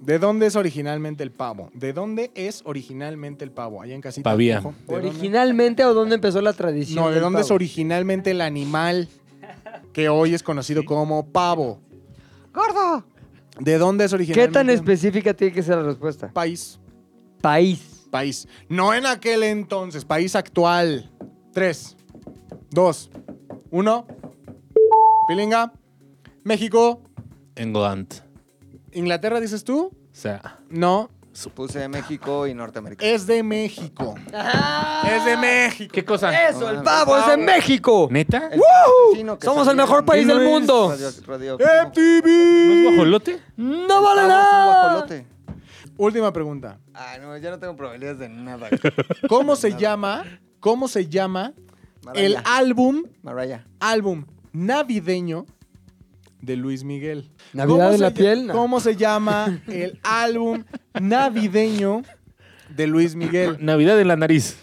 [SPEAKER 4] ¿De dónde es originalmente el pavo? ¿De dónde es originalmente el pavo? Allá en casita.
[SPEAKER 3] Pavía.
[SPEAKER 4] ojo. ¿De dónde?
[SPEAKER 2] ¿Originalmente o dónde empezó la tradición?
[SPEAKER 4] No, ¿de
[SPEAKER 2] del
[SPEAKER 4] dónde es
[SPEAKER 2] pavo?
[SPEAKER 4] originalmente el animal que hoy es conocido como pavo?
[SPEAKER 5] ¡Gordo!
[SPEAKER 4] ¿De dónde es
[SPEAKER 2] ¿Qué
[SPEAKER 4] originalmente?
[SPEAKER 2] tan específica tiene que ser la respuesta?
[SPEAKER 4] País.
[SPEAKER 2] País.
[SPEAKER 4] País. No en aquel entonces, país actual. Tres, dos, uno. Pilinga. México.
[SPEAKER 3] England.
[SPEAKER 4] Inglaterra, dices tú.
[SPEAKER 3] O sea,
[SPEAKER 4] No,
[SPEAKER 5] Puse México y Norteamérica.
[SPEAKER 4] es de México. Es de México.
[SPEAKER 3] ¿qué
[SPEAKER 4] Ah,
[SPEAKER 3] cosa?
[SPEAKER 2] Eso, el pavo es de México.
[SPEAKER 3] ¿Neta?
[SPEAKER 5] El asesino que
[SPEAKER 2] Somos
[SPEAKER 5] salió
[SPEAKER 2] el mejor
[SPEAKER 5] en-
[SPEAKER 2] país
[SPEAKER 4] ¿Qué
[SPEAKER 2] del
[SPEAKER 4] no es?
[SPEAKER 2] mundo.
[SPEAKER 5] Radio- radio-
[SPEAKER 4] ¡Eh,
[SPEAKER 3] ¿No es
[SPEAKER 4] MTV.
[SPEAKER 3] guajolote?
[SPEAKER 2] No
[SPEAKER 5] Ah,
[SPEAKER 2] vale
[SPEAKER 5] es un
[SPEAKER 2] nada.
[SPEAKER 5] guajolote.
[SPEAKER 4] Última pregunta.
[SPEAKER 5] Ay, no, ya no tengo probabilidades de nada.
[SPEAKER 4] ¿Cómo se llama? ¿Cómo se llama el
[SPEAKER 5] Maraya.
[SPEAKER 4] álbum
[SPEAKER 5] Maraya.
[SPEAKER 4] álbum navideño de Luis Miguel?
[SPEAKER 2] ¿Navidad
[SPEAKER 4] ¿Cómo
[SPEAKER 2] en
[SPEAKER 4] se
[SPEAKER 2] la
[SPEAKER 4] lla-
[SPEAKER 2] piel? No.
[SPEAKER 4] ¿Cómo se llama el álbum navideño de Luis Miguel?
[SPEAKER 3] Navidad en la nariz.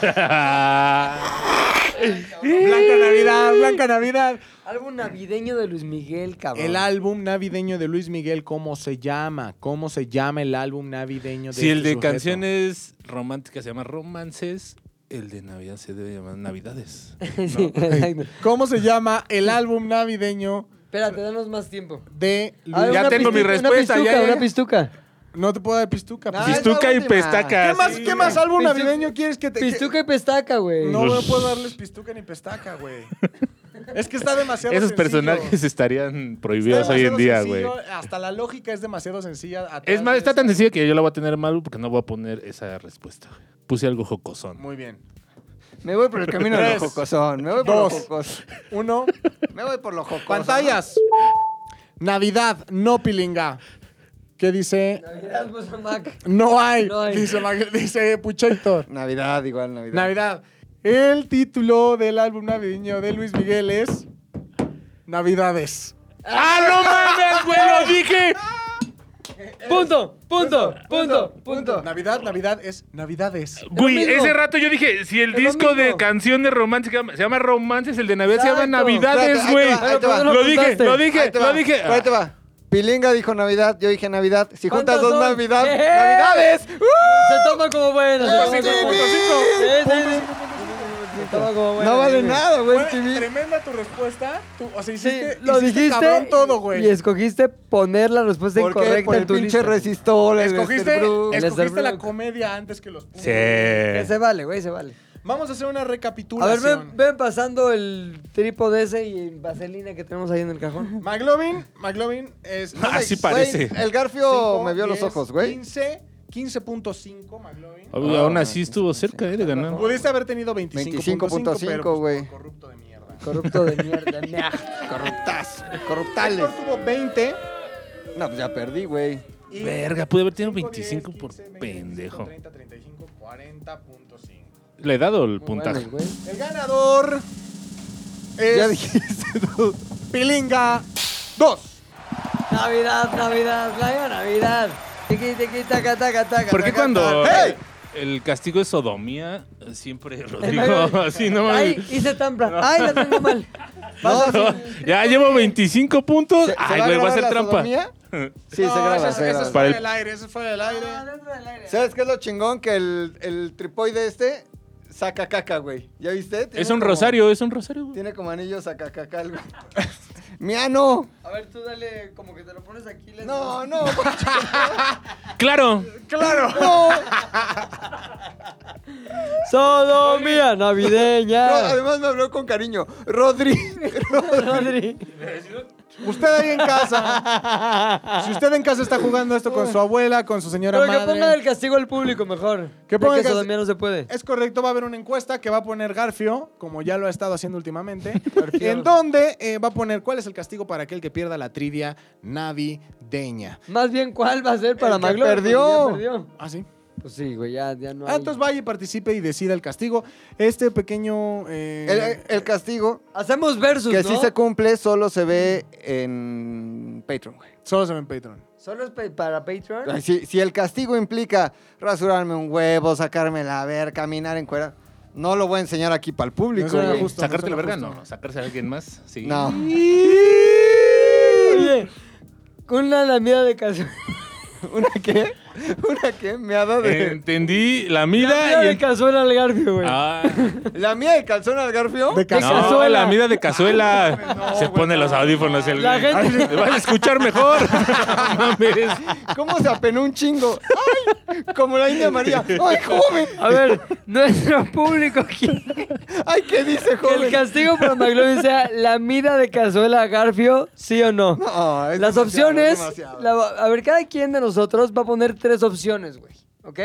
[SPEAKER 4] Blanca Navidad, Blanca Navidad.
[SPEAKER 2] Álbum navideño de Luis Miguel, cabrón.
[SPEAKER 4] El álbum navideño de Luis Miguel, ¿cómo se llama? ¿Cómo se llama el álbum navideño de
[SPEAKER 3] si el
[SPEAKER 4] este
[SPEAKER 3] de
[SPEAKER 4] sujeto?
[SPEAKER 3] canciones románticas se llama romances, el de Navidad se debe llamar Navidades.
[SPEAKER 2] Sí, exacto.
[SPEAKER 4] ¿Cómo se llama el álbum navideño
[SPEAKER 2] Espérate, danos más tiempo.
[SPEAKER 4] de
[SPEAKER 2] A ver,
[SPEAKER 4] Luis?
[SPEAKER 3] Ah, Ya
[SPEAKER 2] una
[SPEAKER 3] tengo mi
[SPEAKER 2] pistuca,
[SPEAKER 3] respuesta,
[SPEAKER 2] Una
[SPEAKER 3] ya,
[SPEAKER 2] pistuca,
[SPEAKER 3] ya, ya.
[SPEAKER 2] una pistuca.
[SPEAKER 4] No te puedo dar pistuca.
[SPEAKER 5] No,
[SPEAKER 4] pues.
[SPEAKER 5] es la
[SPEAKER 3] Pistuca y
[SPEAKER 5] última.
[SPEAKER 3] pestaca.
[SPEAKER 4] ¿Qué más,
[SPEAKER 3] sí.
[SPEAKER 4] ¿Qué más álbum
[SPEAKER 2] Pistuca-
[SPEAKER 4] navideño quieres que te... que-
[SPEAKER 2] Pistuca y pestaca, güey.
[SPEAKER 4] No no puedo darles pistuca ni pestaca, güey. es que está demasiado
[SPEAKER 3] Esos
[SPEAKER 4] sencillo.
[SPEAKER 3] personajes estarían
[SPEAKER 4] Está
[SPEAKER 3] prohibidos hoy en día,
[SPEAKER 4] demasiado
[SPEAKER 3] güey.
[SPEAKER 4] sencillo, Hasta la lógica es demasiado sencilla. atrás
[SPEAKER 3] Es más,
[SPEAKER 4] de
[SPEAKER 3] está
[SPEAKER 4] eso.
[SPEAKER 3] tan sencillo que yo la voy a tener mal porque no voy a poner esa respuesta. Puse algo jocosón.
[SPEAKER 4] Muy bien.
[SPEAKER 5] Me voy por el camino de
[SPEAKER 4] Tres,
[SPEAKER 5] los jocosón. Me voy por
[SPEAKER 4] dos.
[SPEAKER 5] los jocos.
[SPEAKER 4] Uno.
[SPEAKER 5] Me voy por los jocos.
[SPEAKER 4] pantallas. Navidad, no pilinga. ¿Qué dice?
[SPEAKER 2] Navidad, pues, Mac.
[SPEAKER 4] No hay.
[SPEAKER 2] No hay.
[SPEAKER 4] Dice, Mag- dice Puchector.
[SPEAKER 5] Navidad, igual, Navidad.
[SPEAKER 4] Navidad. El título del álbum navideño de Luis Miguel es Navidades.
[SPEAKER 3] ¡Ah, no mames, güey! ¡Lo dije!
[SPEAKER 2] Punto, punto, punto, punto.
[SPEAKER 4] Navidad, Navidad es Navidades.
[SPEAKER 3] Güey,
[SPEAKER 2] mismo.
[SPEAKER 3] ese rato yo dije, si el
[SPEAKER 2] Es lo
[SPEAKER 3] disco de
[SPEAKER 2] mismo.
[SPEAKER 3] canciones románticas se llama Romances, el de Navidad se llama
[SPEAKER 2] Exacto.
[SPEAKER 3] Navidades,
[SPEAKER 5] Espérate, ahí
[SPEAKER 3] güey.
[SPEAKER 5] te va, ahí te va.
[SPEAKER 3] Lo,
[SPEAKER 2] Lo
[SPEAKER 3] dije,
[SPEAKER 2] apuntaste.
[SPEAKER 3] lo
[SPEAKER 5] Ahí
[SPEAKER 3] dije,
[SPEAKER 5] te va.
[SPEAKER 3] lo dije.
[SPEAKER 5] Ahí te va. Pilinga dijo Navidad, yo dije Navidad. Si juntas dos
[SPEAKER 2] ¿Cuántas son?
[SPEAKER 5] Navidad,
[SPEAKER 2] ¡Eh!
[SPEAKER 5] Navidades.
[SPEAKER 2] Se toma como bueno. Se toma
[SPEAKER 4] cinco,
[SPEAKER 2] como
[SPEAKER 4] punto
[SPEAKER 2] bueno.
[SPEAKER 4] cinco.
[SPEAKER 2] Sí, sí, sí. Se toma como bueno.
[SPEAKER 5] No
[SPEAKER 2] sí,
[SPEAKER 5] vale
[SPEAKER 2] güey.
[SPEAKER 5] nada, güey.
[SPEAKER 4] Fue
[SPEAKER 5] TV.
[SPEAKER 4] tremenda tu respuesta. Tú- o sea,
[SPEAKER 2] Sí,
[SPEAKER 4] hiciste,
[SPEAKER 2] lo
[SPEAKER 4] hiciste
[SPEAKER 2] dijiste
[SPEAKER 4] cabrón todo,
[SPEAKER 2] y
[SPEAKER 4] güey.
[SPEAKER 2] escogiste poner la respuesta
[SPEAKER 5] ¿Por qué?
[SPEAKER 2] incorrecta
[SPEAKER 5] Por
[SPEAKER 2] en
[SPEAKER 5] el
[SPEAKER 2] tu
[SPEAKER 5] pinche
[SPEAKER 2] lista.
[SPEAKER 5] resistol, el este
[SPEAKER 4] Escogiste,
[SPEAKER 5] Esterbrook.
[SPEAKER 2] Lester
[SPEAKER 4] escogiste la
[SPEAKER 2] Brook.
[SPEAKER 4] comedia antes que los puntos.
[SPEAKER 2] Que
[SPEAKER 3] Sí.
[SPEAKER 2] Eh, se vale, güey, se vale.
[SPEAKER 4] Vamos a hacer una
[SPEAKER 2] A ver,
[SPEAKER 4] recapitulación.
[SPEAKER 2] ven, ven pasando el trípode ese y vaselina que tenemos ahí en el cajón.
[SPEAKER 4] McLovin, McLovin es... no me-
[SPEAKER 3] Así Ah,
[SPEAKER 4] güey,
[SPEAKER 3] parece.
[SPEAKER 5] El Garfio
[SPEAKER 4] cinco,
[SPEAKER 5] me vio
[SPEAKER 4] diez,
[SPEAKER 5] los ojos, güey.
[SPEAKER 4] 15, 15.5, McLovin.
[SPEAKER 3] Oye,
[SPEAKER 5] Ah,
[SPEAKER 3] aún
[SPEAKER 5] bueno,
[SPEAKER 3] así estuvo cerca eh, de ganar.
[SPEAKER 4] Pudiste haber tenido 25.5,
[SPEAKER 5] 25.5,
[SPEAKER 4] pero, pues,
[SPEAKER 5] güey.
[SPEAKER 4] corrupto de mierda.
[SPEAKER 2] Corrupto de mierda. nah.
[SPEAKER 5] Corruptas.
[SPEAKER 4] Héctor
[SPEAKER 5] Corruptales.
[SPEAKER 4] tuvo 20
[SPEAKER 5] No, pues ya perdí, güey.
[SPEAKER 4] y...
[SPEAKER 3] Verga, pude haber tenido
[SPEAKER 4] 5,
[SPEAKER 3] 25 por
[SPEAKER 4] 15, 20, 25,
[SPEAKER 3] pendejo.
[SPEAKER 4] 30, 35, 40.5.
[SPEAKER 3] Le he dado
[SPEAKER 2] Muy
[SPEAKER 3] el
[SPEAKER 2] bueno,
[SPEAKER 3] puntaje.
[SPEAKER 2] güey.
[SPEAKER 4] El ganador es
[SPEAKER 5] Ya dijiste tú.
[SPEAKER 4] Pilinga 2.
[SPEAKER 1] Navidad, Navidad, la Navidad. Tiqui, tiqui, taca, taca, taca.
[SPEAKER 3] ¿Por qué
[SPEAKER 1] taca,
[SPEAKER 3] cuando
[SPEAKER 1] taca.
[SPEAKER 3] el- el castigo es sodomía, siempre Rodrigo así no
[SPEAKER 1] Ay, hice trampa. Ay, la tengo mal. Vamos.
[SPEAKER 3] Ya llevo 25 puntos. Ay, güey, voy a hacer trampa.
[SPEAKER 5] Sí, se graba. se graba.
[SPEAKER 3] Para el-
[SPEAKER 4] del aire, eso fue del aire.
[SPEAKER 5] ¿Sabes qué es lo chingón? Que el, el tripoide este saca caca, güey. ¿Ya viste? Tiene
[SPEAKER 3] Es un
[SPEAKER 5] como-
[SPEAKER 3] rosario, es un rosario. güey.
[SPEAKER 5] Tiene como anillo saca caca algo. ¡Miano!
[SPEAKER 1] A ver, tú dale como que te lo pones aquí. le-
[SPEAKER 5] No, no,
[SPEAKER 3] Claro.
[SPEAKER 5] claro. No,
[SPEAKER 1] Sodomía
[SPEAKER 5] No,
[SPEAKER 1] navideña.
[SPEAKER 5] además me habló con cariño. Rodri,
[SPEAKER 1] Rodri.
[SPEAKER 4] Usted ahí en casa. si usted en casa está jugando esto con su abuela, con su señora
[SPEAKER 1] Pero que
[SPEAKER 4] madre.
[SPEAKER 1] pongan el castigo al público mejor.
[SPEAKER 4] Que
[SPEAKER 1] Que
[SPEAKER 4] ponga
[SPEAKER 1] pongan
[SPEAKER 4] el
[SPEAKER 1] que
[SPEAKER 4] cast-
[SPEAKER 1] sodomía no se puede.
[SPEAKER 4] Es correcto, va a haber una encuesta que va a poner Garfio, como ya lo ha estado haciendo últimamente, en donde eh, va a poner cuál es el castigo para aquel que pierda la trivia navideña.
[SPEAKER 1] Más bien, ¿cuál va a ser para
[SPEAKER 5] que
[SPEAKER 1] Maglo?
[SPEAKER 5] perdió.
[SPEAKER 4] ¿Ah, sí?
[SPEAKER 1] Pues sí, güey, ya, ya no
[SPEAKER 4] Ah,
[SPEAKER 1] hay.
[SPEAKER 4] entonces vaya y participe y decida el castigo. Este pequeño... eh,
[SPEAKER 5] el, el castigo
[SPEAKER 1] Hacemos versus,
[SPEAKER 5] que
[SPEAKER 1] ¿no?
[SPEAKER 5] si se cumple solo se ve en Patreon, güey.
[SPEAKER 4] Solo se ve en Patreon.
[SPEAKER 1] ¿Solo es pa- para Patreon?
[SPEAKER 5] Ay, Si, si el castigo implica rasurarme un huevo, sacarme la ver, caminar en cuera, no lo voy a enseñar aquí para el
[SPEAKER 4] No
[SPEAKER 5] público,
[SPEAKER 4] suena
[SPEAKER 5] güey.
[SPEAKER 4] justo.
[SPEAKER 3] Sacarte la
[SPEAKER 4] no suena
[SPEAKER 3] verga,
[SPEAKER 4] justo.
[SPEAKER 3] no. Sacarse a alguien más. Sí. Eh,
[SPEAKER 5] No.
[SPEAKER 1] Oye, con una lamida de calzón.
[SPEAKER 5] ¿Una qué? ¿Una qué? Me ha dado
[SPEAKER 4] Eh.
[SPEAKER 5] de...
[SPEAKER 3] Entendí la
[SPEAKER 1] Lamida
[SPEAKER 3] mida y
[SPEAKER 1] de
[SPEAKER 3] en-
[SPEAKER 1] calzón al Garfio, güey.
[SPEAKER 3] Ah,
[SPEAKER 5] ¿La mía de calzón al garfio?
[SPEAKER 4] De
[SPEAKER 1] De
[SPEAKER 4] cazuela.
[SPEAKER 3] no,
[SPEAKER 1] cazuela.
[SPEAKER 3] la mida de cazuela. se pone los audífonos el
[SPEAKER 1] La gente-
[SPEAKER 3] Te vas a escuchar mejor. No mames.
[SPEAKER 5] ¿Cómo se apenó un chingo? ¡Ay! Como la India María. ¡Ay, joven!
[SPEAKER 1] A ver, nuestro público quiere
[SPEAKER 5] ¡Ay, qué dice,
[SPEAKER 1] que el
[SPEAKER 5] joven!
[SPEAKER 1] castigo para McLovin sea lamida de cazuela a Garfio, sí o no.
[SPEAKER 5] No, es
[SPEAKER 1] Las
[SPEAKER 5] demasiado,
[SPEAKER 1] opciones,
[SPEAKER 5] es demasiado.
[SPEAKER 1] la- a ver, cada quien de nosotros va a poner tres opciones, güey, ¿ok?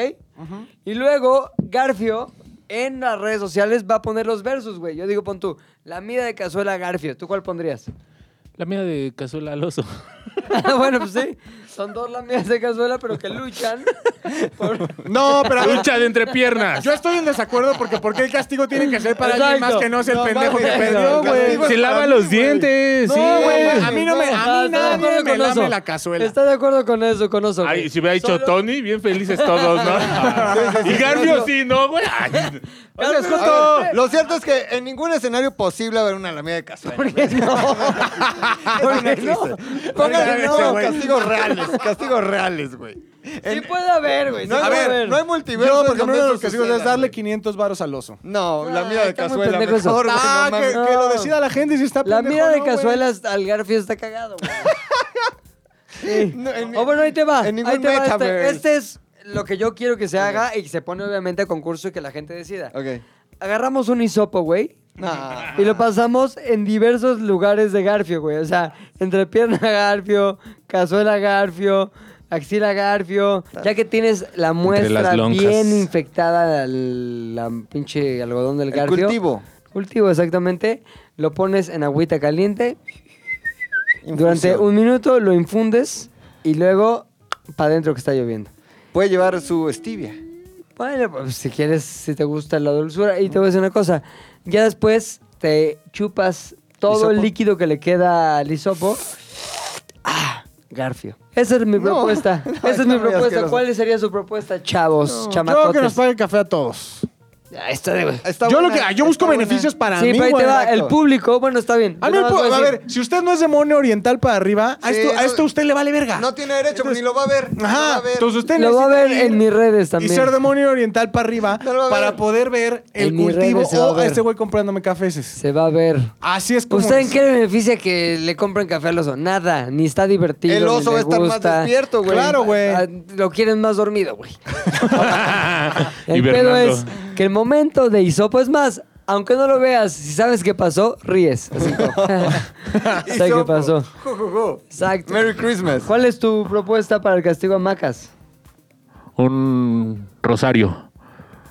[SPEAKER 1] Y luego Garfio en las redes sociales va a poner los versos, güey. Yo digo, pon tú, lamida de cazuela a Garfio, ¿tú cuál pondrías?
[SPEAKER 3] La mida de cazuela al oso.
[SPEAKER 1] bueno, pues sí, son dos lamidas de cazuela, pero que luchan. por-
[SPEAKER 4] No, pero a ver,
[SPEAKER 3] Lucha de entrepiernas.
[SPEAKER 4] yo estoy en desacuerdo porque ¿por qué el castigo tiene que ser para alguien más
[SPEAKER 1] Exacto.
[SPEAKER 4] que no sea el
[SPEAKER 5] No,
[SPEAKER 4] pendejo que
[SPEAKER 5] mames,
[SPEAKER 4] perdió,
[SPEAKER 5] no,
[SPEAKER 4] güey?
[SPEAKER 5] castigo
[SPEAKER 3] Se lava los dientes.
[SPEAKER 4] No,
[SPEAKER 3] sí,
[SPEAKER 4] güey,
[SPEAKER 3] güey.
[SPEAKER 4] a mí no me, a mí
[SPEAKER 1] ¿Estás de
[SPEAKER 4] nadie
[SPEAKER 1] acuerdo
[SPEAKER 4] me
[SPEAKER 1] con
[SPEAKER 4] lame
[SPEAKER 1] eso?
[SPEAKER 4] la cazuela.
[SPEAKER 1] ¿Estás de acuerdo con eso, con eso?
[SPEAKER 3] Ay,
[SPEAKER 1] güey?
[SPEAKER 3] si hubiera dicho
[SPEAKER 1] Solo-
[SPEAKER 3] Tony, bien felices todos, ¿no? y Garbio sí, ¿no, güey? Ay, o sea, es
[SPEAKER 1] Garbio,
[SPEAKER 3] justo.
[SPEAKER 5] A ver, Lo cierto es que en ningún escenario posible va a haber una lamida de cazuela.
[SPEAKER 1] ¿Por qué no? ¿Por qué no?
[SPEAKER 5] Pónganle
[SPEAKER 4] Oigan,
[SPEAKER 5] no,
[SPEAKER 4] ese güey.
[SPEAKER 5] castigos reales, castigos reales, güey.
[SPEAKER 1] Sí puede haber, güey. sí
[SPEAKER 5] No, a
[SPEAKER 1] puede
[SPEAKER 5] ver,
[SPEAKER 1] haber.
[SPEAKER 5] no hay multiverso.
[SPEAKER 4] Yo, por ejemplo, uno de los
[SPEAKER 5] donde eso
[SPEAKER 4] castigos es
[SPEAKER 5] suceda,
[SPEAKER 4] darle
[SPEAKER 5] güey.
[SPEAKER 4] 500 varos al oso.
[SPEAKER 5] No, la
[SPEAKER 1] Ah,
[SPEAKER 5] mía de
[SPEAKER 1] está muy
[SPEAKER 5] cazuela
[SPEAKER 1] pendejo eso.
[SPEAKER 5] mejor, güey,
[SPEAKER 4] Ah,
[SPEAKER 5] no
[SPEAKER 4] que,
[SPEAKER 5] mames.
[SPEAKER 1] no.
[SPEAKER 4] que lo decida la gente si está
[SPEAKER 1] La
[SPEAKER 4] pendejo
[SPEAKER 1] mira
[SPEAKER 4] o
[SPEAKER 1] de
[SPEAKER 4] no, güey.
[SPEAKER 1] cazuelas al Garfio está cagado, güey. Sí.
[SPEAKER 5] No, en-
[SPEAKER 1] Oh, bueno, ahí te va.
[SPEAKER 5] en ningún
[SPEAKER 1] ahí te va este.
[SPEAKER 5] metaverse.
[SPEAKER 1] Este es lo que yo quiero que se haga y se pone obviamente a concurso y que la gente decida.
[SPEAKER 5] Ok.
[SPEAKER 1] Agarramos un hisopo, güey.
[SPEAKER 5] Nah.
[SPEAKER 1] Y lo pasamos en diversos lugares de Garfio, güey. O sea, entre pierna Garfio, cazuela Garfio, axila Garfio. Ya que tienes la muestra
[SPEAKER 3] las lonjas.
[SPEAKER 1] bien infectada, al- la pinche algodón del
[SPEAKER 5] El
[SPEAKER 1] Garfio.
[SPEAKER 5] cultivo.
[SPEAKER 1] Cultivo, exactamente. Lo pones en agüita caliente. Durante
[SPEAKER 5] Infusión.
[SPEAKER 1] un minuto lo infundes y luego para adentro que está lloviendo.
[SPEAKER 5] Puede llevar su stevia.
[SPEAKER 1] Bueno, pues si quieres, si te gusta la dulzura. Y te voy a decir una cosa. Ya después te chupas todo el
[SPEAKER 5] ¿Hisopo?
[SPEAKER 1] líquido que le queda al hisopo. ¡Ah! Garfio. Esa es mi
[SPEAKER 5] No,
[SPEAKER 1] propuesta.
[SPEAKER 5] no,
[SPEAKER 1] Esa es
[SPEAKER 5] está
[SPEAKER 1] mi
[SPEAKER 5] muy
[SPEAKER 1] propuesta.
[SPEAKER 5] asqueroso.
[SPEAKER 1] ¿Cuál sería su propuesta, chavos,
[SPEAKER 4] Yo que nos
[SPEAKER 1] chamacotes?
[SPEAKER 4] pague café a todos.
[SPEAKER 1] Ah, está de-
[SPEAKER 5] Está
[SPEAKER 4] yo lo
[SPEAKER 5] buena,
[SPEAKER 4] que yo busco
[SPEAKER 5] está buena.
[SPEAKER 4] beneficios para
[SPEAKER 1] Sí,
[SPEAKER 4] mí.
[SPEAKER 1] pero ahí te
[SPEAKER 4] güey.
[SPEAKER 1] va.
[SPEAKER 5] exacto.
[SPEAKER 1] El público, bueno, está bien.
[SPEAKER 4] A,
[SPEAKER 1] Yo
[SPEAKER 4] mí el
[SPEAKER 1] nada más
[SPEAKER 4] pu-
[SPEAKER 1] voy
[SPEAKER 4] a
[SPEAKER 1] decir-
[SPEAKER 4] ver, si usted no es demonio oriental para arriba, a,
[SPEAKER 5] Sí,
[SPEAKER 4] esto, a
[SPEAKER 5] no-
[SPEAKER 4] esto usted le vale verga.
[SPEAKER 5] No tiene derecho, porque ni lo va a ver. no lo va
[SPEAKER 4] Ajá.
[SPEAKER 5] a ver.
[SPEAKER 4] Entonces usted
[SPEAKER 1] Lo va a
[SPEAKER 4] necesita
[SPEAKER 1] ver
[SPEAKER 4] ir
[SPEAKER 1] en mis redes también.
[SPEAKER 4] Y ser demonio oriental para arriba
[SPEAKER 5] No lo va a
[SPEAKER 4] para
[SPEAKER 5] ver.
[SPEAKER 4] poder ver el
[SPEAKER 1] En mis
[SPEAKER 4] cultivo
[SPEAKER 1] redes se va
[SPEAKER 4] o
[SPEAKER 1] a
[SPEAKER 4] a
[SPEAKER 1] ver.
[SPEAKER 4] este güey comprándome cafés.
[SPEAKER 1] Se va a ver.
[SPEAKER 4] Así es como.
[SPEAKER 1] ¿Usted
[SPEAKER 4] es.
[SPEAKER 1] en qué le beneficia que le compren café al oso? Nada, ni está divertido.
[SPEAKER 5] El
[SPEAKER 1] ni le
[SPEAKER 5] oso va a estar más
[SPEAKER 1] gusta.
[SPEAKER 5] despierto, güey.
[SPEAKER 4] Claro, güey.
[SPEAKER 1] Ah, Lo quieren más dormido, güey. El pedo
[SPEAKER 3] Hibernando.
[SPEAKER 1] es que el momento de hisopo es más. Aunque no lo veas, si sabes qué pasó, ríes. Así como, ¿Sabes qué
[SPEAKER 5] Hisopo.
[SPEAKER 1] pasó?
[SPEAKER 5] Ju, ju, ju.
[SPEAKER 1] Exacto.
[SPEAKER 5] Merry Christmas.
[SPEAKER 1] ¿Cuál es tu propuesta para el castigo a Macas?
[SPEAKER 3] Un rosario.
[SPEAKER 5] Nah.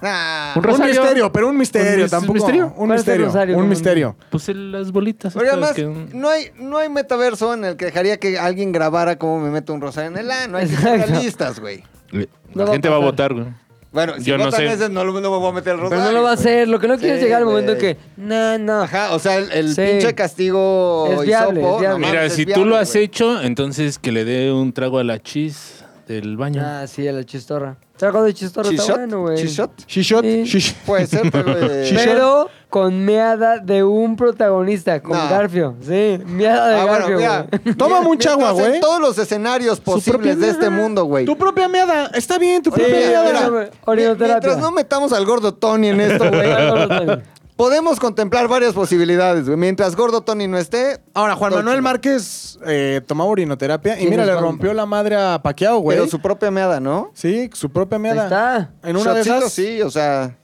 [SPEAKER 3] Un
[SPEAKER 4] Ah, Un
[SPEAKER 3] rosario.
[SPEAKER 4] misterio, pero un
[SPEAKER 3] ¿Un
[SPEAKER 4] misterio
[SPEAKER 3] mis-
[SPEAKER 4] tampoco.
[SPEAKER 3] misterio?
[SPEAKER 4] Un
[SPEAKER 1] ¿Cuál es el
[SPEAKER 4] misterio.
[SPEAKER 1] rosario?
[SPEAKER 4] Un
[SPEAKER 1] Como-
[SPEAKER 4] misterio.
[SPEAKER 3] Pues el- las bolitas.
[SPEAKER 5] Porque
[SPEAKER 3] estas
[SPEAKER 5] además,
[SPEAKER 3] que-
[SPEAKER 5] no hay, no hay metaverso en el que dejaría que alguien grabara cómo me meto un rosario en el ano. Hay que ser
[SPEAKER 1] Exacto.
[SPEAKER 5] realistas, güey.
[SPEAKER 3] La
[SPEAKER 1] no va a
[SPEAKER 3] gente va a
[SPEAKER 1] pasar.
[SPEAKER 3] votar, güey.
[SPEAKER 5] Bueno, si
[SPEAKER 3] Yo no
[SPEAKER 5] votan
[SPEAKER 3] sé.
[SPEAKER 5] ese, no, lo- no me voy a meter el
[SPEAKER 2] Pero
[SPEAKER 5] rosario.
[SPEAKER 2] no lo va a
[SPEAKER 5] güey.
[SPEAKER 2] hacer. Lo que no quiero es
[SPEAKER 5] Sí,
[SPEAKER 2] llegar al momento
[SPEAKER 5] güey.
[SPEAKER 2] que. No, no.
[SPEAKER 5] Ajá, o sea, el, el
[SPEAKER 2] Sí.
[SPEAKER 5] pinche castigo
[SPEAKER 2] Es viable,
[SPEAKER 5] hisopo,
[SPEAKER 2] es viable.
[SPEAKER 5] no mames,
[SPEAKER 3] Mira,
[SPEAKER 5] es
[SPEAKER 3] si tú
[SPEAKER 5] viable,
[SPEAKER 3] lo has
[SPEAKER 5] güey.
[SPEAKER 3] hecho, entonces que le dé un trago a la chis del baño.
[SPEAKER 2] Ah, sí, a la chistorra. Trago de chistorra está
[SPEAKER 5] ¿Chishot?
[SPEAKER 2] bueno, güey.
[SPEAKER 5] ¿Chishot?
[SPEAKER 4] Shishot,
[SPEAKER 2] Sí.
[SPEAKER 4] shish-
[SPEAKER 5] Puede ser, pero... eh,
[SPEAKER 4] Shishot.
[SPEAKER 2] Pero con meada de un protagonista, con
[SPEAKER 5] No.
[SPEAKER 2] Garfio. Sí, meada de
[SPEAKER 5] Ah, bueno,
[SPEAKER 2] Garfio.
[SPEAKER 5] mira.
[SPEAKER 2] güey.
[SPEAKER 4] Toma
[SPEAKER 5] Mira,
[SPEAKER 4] mucha agua,
[SPEAKER 5] mientras en
[SPEAKER 4] güey.
[SPEAKER 5] todos los escenarios
[SPEAKER 4] propia
[SPEAKER 5] posibles de este
[SPEAKER 4] mierda.
[SPEAKER 5] mundo, güey.
[SPEAKER 4] Tu propia meada. Está bien, tu
[SPEAKER 5] Sí,
[SPEAKER 4] propia
[SPEAKER 5] mira,
[SPEAKER 4] meada.
[SPEAKER 2] mira.
[SPEAKER 5] mira,
[SPEAKER 2] Orinoterapia.
[SPEAKER 5] mientras no metamos al gordo Tony en esto, güey, podemos contemplar varias posibilidades, güey. Mientras gordo Tony no esté, ah,
[SPEAKER 4] Ahora, Juan
[SPEAKER 5] Todo
[SPEAKER 4] Manuel
[SPEAKER 5] chido.
[SPEAKER 4] Márquez eh, tomaba orinoterapia y
[SPEAKER 2] ¿Quién
[SPEAKER 4] mira,
[SPEAKER 2] es
[SPEAKER 4] le
[SPEAKER 2] Juan?
[SPEAKER 4] rompió la madre a Paquiao, güey.
[SPEAKER 5] pero su propia meada, ¿no?
[SPEAKER 4] Sí, su propia
[SPEAKER 2] Ahí
[SPEAKER 4] meada.
[SPEAKER 2] está.
[SPEAKER 4] En una de
[SPEAKER 5] Shotcito,
[SPEAKER 4] esas.
[SPEAKER 5] sí, o sea,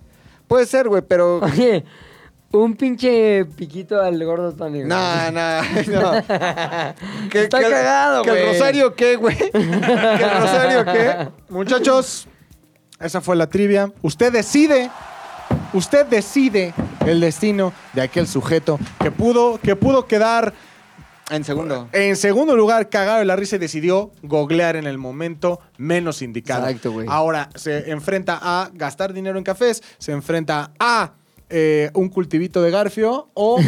[SPEAKER 5] puede ser, güey, pero...
[SPEAKER 2] Oye, un pinche piquito al gordo Tony. güey.
[SPEAKER 5] No, no, no. Que-
[SPEAKER 2] Está
[SPEAKER 5] que-
[SPEAKER 2] cagado,
[SPEAKER 5] ¿Que el
[SPEAKER 2] güey.
[SPEAKER 5] rosario qué, güey? ¿Que el rosario qué?
[SPEAKER 4] Muchachos, esa fue la trivia. Usted decide. Usted decide el destino de aquel sujeto que pudo, que pudo quedar
[SPEAKER 5] En segundo.
[SPEAKER 4] en segundo lugar cagado de la risa y decidió googlear en el momento menos indicado.
[SPEAKER 2] Exacto, güey.
[SPEAKER 4] Ahora se enfrenta a gastar dinero en cafés, se enfrenta a eh, un cultivito de Garfio o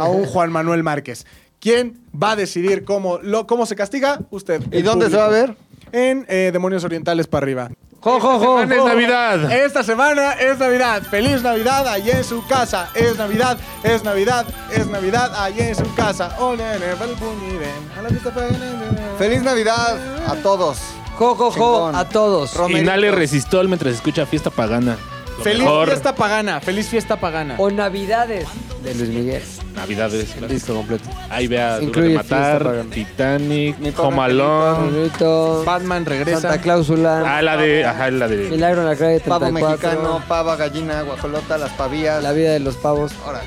[SPEAKER 4] a un Juan Manuel Márquez. ¿Quién va a decidir cómo, lo, cómo se castiga? Usted.
[SPEAKER 5] ¿Y
[SPEAKER 4] el
[SPEAKER 5] dónde se va a ver?
[SPEAKER 4] En eh, Demonios Orientales para arriba.
[SPEAKER 2] Jo, jo, jo,
[SPEAKER 3] Semana es
[SPEAKER 2] jo.
[SPEAKER 3] Navidad!
[SPEAKER 4] Esta semana es Navidad. Feliz Navidad allá en su casa. Es Navidad, es Navidad, es Navidad allá en su casa. Oh, nene, vale, puniren. A la vista, pues, nene.
[SPEAKER 5] Feliz Navidad a todos.
[SPEAKER 2] Jo, jo, jo,
[SPEAKER 5] Chingón.
[SPEAKER 2] a todos.
[SPEAKER 5] Romeritos.
[SPEAKER 3] Inhale resistol mientras escucha Fiesta Pagana. Lo
[SPEAKER 4] Feliz
[SPEAKER 3] mejor.
[SPEAKER 4] fiesta pagana. Feliz fiesta pagana.
[SPEAKER 2] O Navidades. De Luis Miguel.
[SPEAKER 3] Navidades. claro.
[SPEAKER 2] Disco completo.
[SPEAKER 3] Ahí vea Duro
[SPEAKER 2] Incluye
[SPEAKER 3] de
[SPEAKER 2] Fiesta
[SPEAKER 3] Matar,
[SPEAKER 2] Pagana.
[SPEAKER 5] Mi
[SPEAKER 3] Titanic,
[SPEAKER 5] pobre
[SPEAKER 3] Home Alone.
[SPEAKER 2] Saludos.
[SPEAKER 4] Batman
[SPEAKER 2] Santa
[SPEAKER 4] regresa.
[SPEAKER 2] Cláusula.
[SPEAKER 3] Ah, la de. Ajá, la de.
[SPEAKER 2] Milagro en la calle
[SPEAKER 5] Pavo
[SPEAKER 2] 34.
[SPEAKER 5] mexicano, pava, gallina, guajolota, las pavías.
[SPEAKER 2] La vida de los pavos.
[SPEAKER 5] Órale.